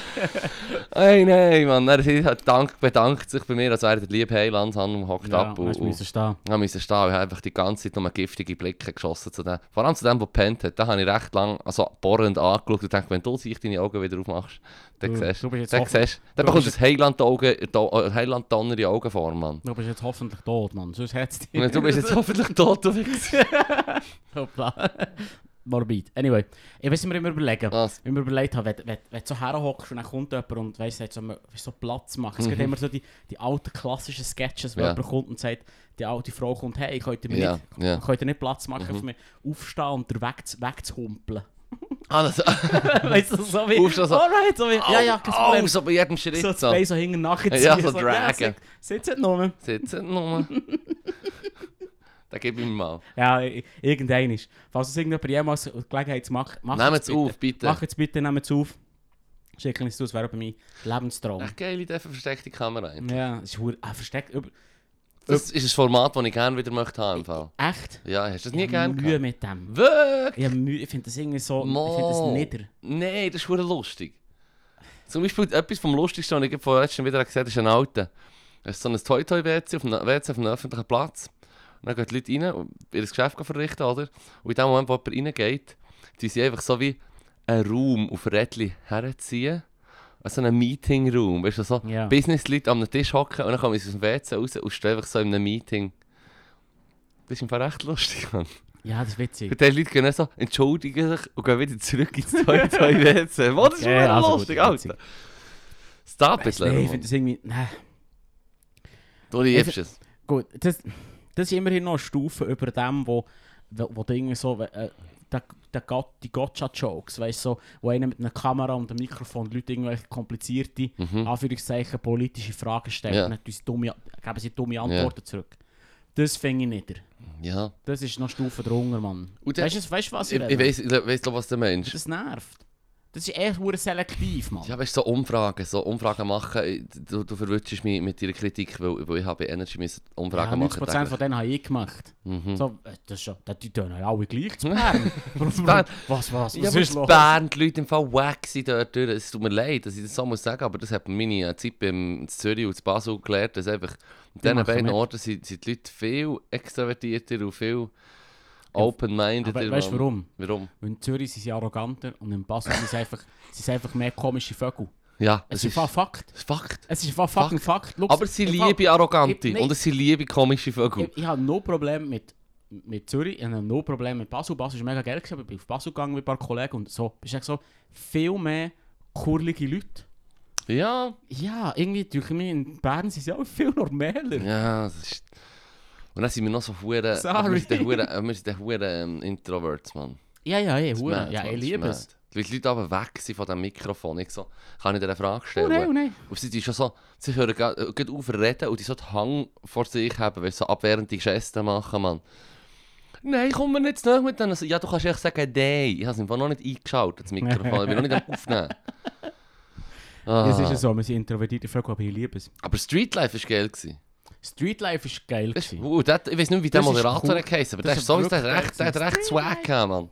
Ey, nein, Mann. Er sie hat dank, bedankt sich bei mir, als wäre der liebe Heiland, und hockt Ja, ab. Und, weißt du, und, müssen stehen. ich musste stehen. Ich habe einfach die ganze Zeit nur giftige Blicke geschossen zu dem. Vor allem zu dem, der gepennt hat. Da habe ich recht lang also, bohrend angeschaut und dachte, wenn du sich deine Augen wieder aufmachst, dann Du- siehst du bist jetzt Dann offen. siehst Dann Du bekommst bist- du ein Heiland-Donner in äh, Augenform, Mann. Du bist jetzt hoffentlich tot, Mann. Sonst hättest du Und Du bist jetzt hoffentlich tot, <laughs> du Wichser. Hoppla. Morbid. Anyway, ich weiß nicht mehr immer überlegen. Was? Wenn ich mir überlegt habe, wenn, wenn, wenn du so herhockst und dann kommt jemand und weißt, hat so, weisst, so Platz macht. Es gibt immer so die, die alten klassischen Sketches, wo Mhm. Ja. jemand kommt und sagt, die alte Frau kommt, hey, ich könnte mir Ja, nicht, ja. Mhm. könnt ihr nicht Platz machen für mich. Aufstehen und der weg, <laughs> <laughs> wegzuhumpeln. Ah, das... weißt du, so wie, Aufstehen so. alright, so wie, ja, ja, kein Au, Problem. so bei jedem Schritt. so so. zwei so hinten nachziehen. Ja, ja, so dragen. sit- Sitz nicht nur. Sitzen nur. da gebe ich mir mal. Ja, i- irgendein ist. Falls es irgendjemand jemals die Gelegenheit macht, macht Nehmt es auf, bitte. Macht es bitte, nehmt es auf. Schicken es zu, es wäre bei mir Lebenstraum. Echt geil, ich darf eine versteckte Kamera ein. Ja, es ist hure- ah, versteckt. Über, Das ist ein Format, das ich gerne wieder möchte haben. Im Fall. echt? Ja, hast du Ich das nie hab gerne Mühe gehabt? mit dem. Wirklich? Ich hab Mühe, ich finde das irgendwie so, ich finde das Mo. nieder. Nein, das ist verdammt lustig. Zum Beispiel etwas vom Lustigsten, was ich gerade vorletzten wieder gesehen habe, ist ein alter. Es ist so ein Toy-Toy-WC auf, einem- WC auf einem öffentlichen Platz. Und dann gehen die Leute rein, und ihr Geschäft verrichten, oder? Und in dem Moment, wo jemand reingeht, die sie einfach so wie einen Raum auf Rädchen herziehen. Also einen Meeting-Raum. Weißt du, so Ja. Business-Leute am Tisch hocken und dann kommen sie aus dem WC raus und stehen einfach so in einem Meeting. Das ist im Fall recht lustig, Mann. Ja, das ist witzig. Und dann Leute gehen dann so, entschuldigen sich und gehen wieder zurück ins <laughs> Toy Toy WC. Mann, das ist Okay, okay, also gut, lustig, witzig. Alter. Stop it, Weiss nicht, ich finde Leute. das irgendwie, nein. Du liebst es. Gut, das, das ist immerhin noch eine Stufe über dem, wo, wo, wo du irgendwie so, äh, der, der Gott, die Gotcha-Jokes, weißt du, so, wo einer mit einer Kamera und einem Mikrofon Leute irgendwelche komplizierte, Anführungszeichen, politische Fragen stellt Mhm. Ja. und dann tun sie dumme, geben sie dumme Antworten zurück. Das finde ich nicht. Ja. Das ist noch Stufe drunter, Mann. Und der- Weißt du, weißt, du, was Ich, ich, ich rede? weiss, ich weiss doch, was du meinst. Das nervt. Das ist echt hure selektiv, Mann. Ja, weißt du, so Umfragen, so Umfragen machen, ich- du, du verwirrst mich mit deiner Kritik, weil, weil ich habe bei Energy müssen Umfragen Ja, machen 90% täglich. von denen habe ich gemacht. Mhm. So, äh, das ist ja, das- die tun ja alle gleich <laughs> zu Bern. was, Bern. was, was, Ja, was aber ist in los? Bern, die Leute im Fall wack sind dort durch. Es tut mir leid, dass ich das so muss sagen, aber das hat mir meine äh, Zeit beim in Zürich und in Basel gelernt, dass einfach in diesen machen beiden mit. Orten sind, sind die Leute viel extrovertierter und viel open-minded. Aber weißt du warum? Warum? Weil in Zürich sind sie arroganter und in Basel sind sie einfach, sie sind einfach mehr komische Vögel. Ja, Es ist das ist, ein Fakt. das ist Fakt. Es ist ein fucking Fakt. Schau, Aber sie im Fall- lieben Arrogante Ich- nein. und sie lieben komische Vögel. Ich, ich habe no Problem mit, mit Zürich, ich habe no Problem mit Basel. Basel ist mega geil, gewesen, aber ich bin auf Basel gegangen mit ein paar Kollegen und so. Es ist echt so viel mehr kurlige Leute. Ja, Ja, irgendwie durch mich in Bern sind sie auch viel normaler. ja, das ist... Und dann sind wir noch so hure... Sorry. Wir sind der hure- äh, wir sind der hure ähm, Introverts, Mann. Ja, ja, ja, hure. Mad, ja, ich Mann, das ist liebe mad. es. Weil die Leute aber weg sind von dem Mikrofon. Ich so, kann ich dir eine Frage stellen? Oh nein, oh nein. Und sie sind schon so, sie hören gar- äh, gleich auf reden und die so den Hang vor sich haben, weil sie so abwehrende Gesten machen, Mann. Nein, komm mir nicht zu nahe mit denen. Also, Ja, du kannst echt sagen, nein. Ich habe es im Fall noch nicht eingeschaltet, das Mikrofon. Ich bin noch nicht am <laughs> Aufnehmen. Ah. Es ist ja so, wir sind introvertierte Vögel, aber ich liebe es. Aber Streetlife war geil. Gewesen. Streetlife ist geil. Das, gewesen. uh, dat, ich weiß nicht, wie der Das ist Moderator cool. cool. geheißen aber Das der ist ist sowieso der wirklich hat recht, der hat geil. recht Swag gehabt, Mann.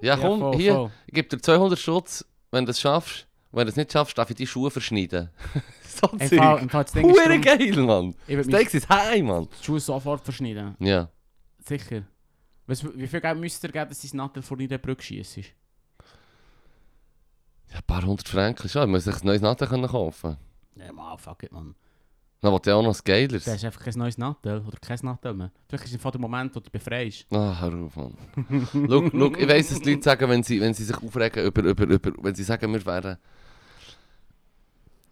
Ja, Ja, komm, voll, hier, voll. ich gebe dir 200 Schutz, wenn du das schaffst. Und Wenn du es nicht schaffst, darf ich die Schuhe verschneiden. <laughs> so Im Fall, ein Zeug. im Fall, das Ding ist Hure darum, geil, Mann. ich würde mich Steaks ist heim, Mann. die Schuhe sofort verschneiden. Ja. Sicher. Was, wie viel Geld müsst ihr geben, dass dein Nattel vor deiner Brücke schießt? ja. Ein paar hundert Franken schon. Ich muss sich ein neues Nattel können kaufen. Ja, man, fuck it, man. Dann wollte ich auch noch ein Geiles. Das ist einfach kein neues Nattel oder kein Nattel mehr. Vielleicht ist es einfach der Moment, wo du dich befreist. Ah, hör auf, Mann. Schau, schau, ich weiss, dass die Leute sagen, wenn sie, wenn sie sich aufregen, über, über, über, wenn sie sagen, wir wären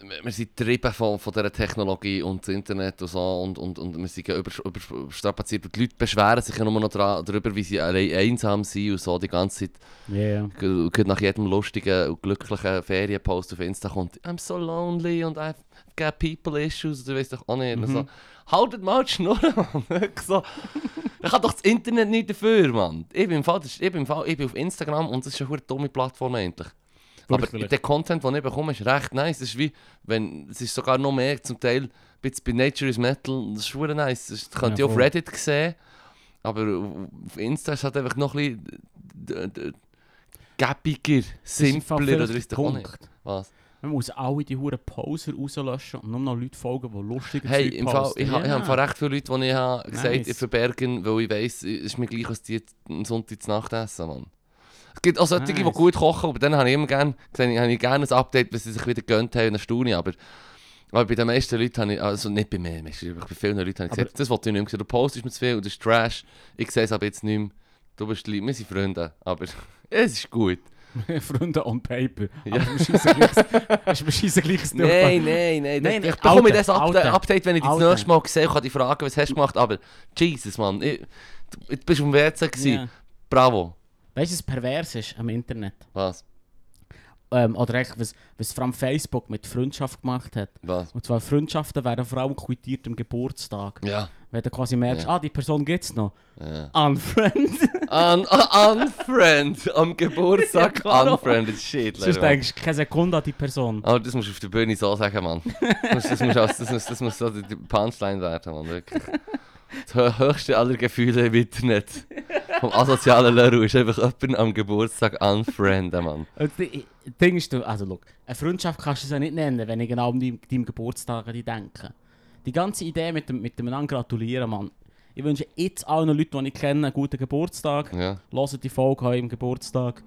wir wir sind getrieben von, von dieser Technologie und das Internet dus und so und, und, und wir sind ja über, über, überstrapaziert und die Leute beschweren sich ja nur noch dra- darüber, wie sie allein einsam sind und so die ganze Zeit. Ja, ja. G- Gerade nach jedem lustigen und glücklichen Ferienpost auf Insta kommt «I'm so lonely und I've got people issues» und du weißt doch auch nicht. Und So, Haltet mal die Schnur, Mann. <laughs> Wirklich so, ich habe doch das Internet nicht dafür, Mann. Ich bin, im Fall, das ist- ich, bin im Fall, ich bin auf Instagram und das ist eine verdammt dumme Plattform eigentlich. Aber Wirklich. der Content, den ich bekomme, ist recht nice. Es ist, wie, wenn, es ist sogar noch mehr, zum Teil ein bisschen bei Nature is Metal. Das ist verdammt nice. Das könnt Ja, ihr auf voll. Reddit sehen. Aber auf Insta ist halt einfach noch ein bisschen d- d- gäbiger, Das ist im Fall simpler oder vielleicht ist der doch auch nicht. Punkt. Was? Man muss alle die huren Poser rauslöschen und nur noch Leute folgen, die lustige Hey, Zeug im Fall, posten. ich, ha- ich Ja. habe im Fall recht viele Leute, die ich habe gesagt Nice. ich verbergen, weil ich weiss, es ist mir gleich, was die jetzt am Sonntag zu Nacht essen, Mann. Es gibt auch solche, die Nice. gut kochen, aber dann habe ich immer gerne, gesehen, habe ich gerne ein Update, was sie sich wieder gönnt haben, eine Stunde, aber, aber bei den meisten Leuten habe ich, also nicht bei mir, meistens, aber bei vielen Leuten habe ich Aber- gesagt, das wollte ich nicht mehr sehen. du postest mir zu viel, und das ist Trash, ich sehe es aber jetzt nicht mehr, du bist lieb, wir sind Freunde, aber <laughs> es ist gut. <laughs> Freunde on paper. Ja. Ja. Aber es ist <laughs> mir scheissegleich. es ist Nein, nein, nein. Nein, ich nein, bekomme Alter, das Update, Alter. Update, wenn ich dich das Alter. nächste Mal sehe, kann ich fragen, was hast du gemacht. Aber Jesus, Mann, ich, du, du bist auf dem WC. gewesen. Ja. Bravo. Weißt du, was pervers ist am Internet? Was? Ähm, oder eigentlich, was, was vor allem Facebook mit Freundschaft gemacht hat. Was? Und zwar Freundschaften werden vor allem quittiert am Geburtstag. Ja. Wenn du quasi merkst, Ja. ah, die Person gibt's noch. ja. Unfriend. Un, un, unfriend. <laughs> Am Ja, Geburtstag klar. unfriended shit. Sonst Mann. denkst du keine Sekunde an die Person. Aber das musst du auf der Bühne so sagen, Mann. Das, das, muss, das, muss, das muss so die die Punchline werden, Mann. Wirklich. Das hö- höchste aller Gefühle im Internet. Vom asozialen Leru ist einfach jemanden am Geburtstag unfrienden, Mann. Und die- das Ding ist, du, also look, eine Freundschaft kannst du es ja nicht nennen, wenn ich genau um dein- deinem Geburtstag an dich denke. Die ganze Idee mit dem, mit dem einander gratulieren, Mann. Ich wünsche jetzt allen Leuten, die ich kenne, einen guten Geburtstag. Ja. Hört die Folge heute am Geburtstag.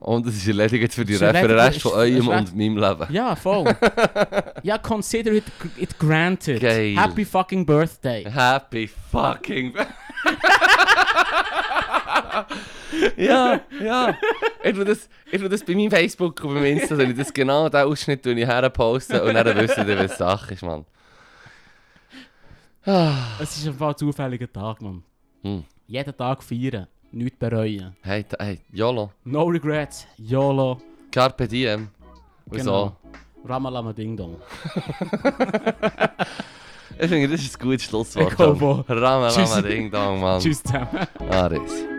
Und es ist erledigt für, die Es Re ist für den erledigt, Rest es von ist- es eurem ist und meinem Leben. Ja, <laughs> voll. ja, consider it, it granted. Geil. Happy fucking birthday. Happy fucking. <laughs> ja, ja. Ich will, das, ich will das bei meinem Facebook und bei meinem Insta, wenn ich das genau diesen Ausschnitt tue ich herposte und dann wissen die, was Sache ist, Mann. Ah, Es ist ein paar zufälliger Tag, Mann. Hm. Jeden Tag feiern, nichts bereuen. Hey, t- hey, YOLO. No regrets, YOLO, Carpe diem. Wieso? Genau. Ramalama Ding Dong. Ich finde, das ist ein gutes Schlusswort. dus Ich glaube auch. Rama, Rama, Tschüss. Ding Dong, Ah, Mann. Tschüss zusammen. Aris.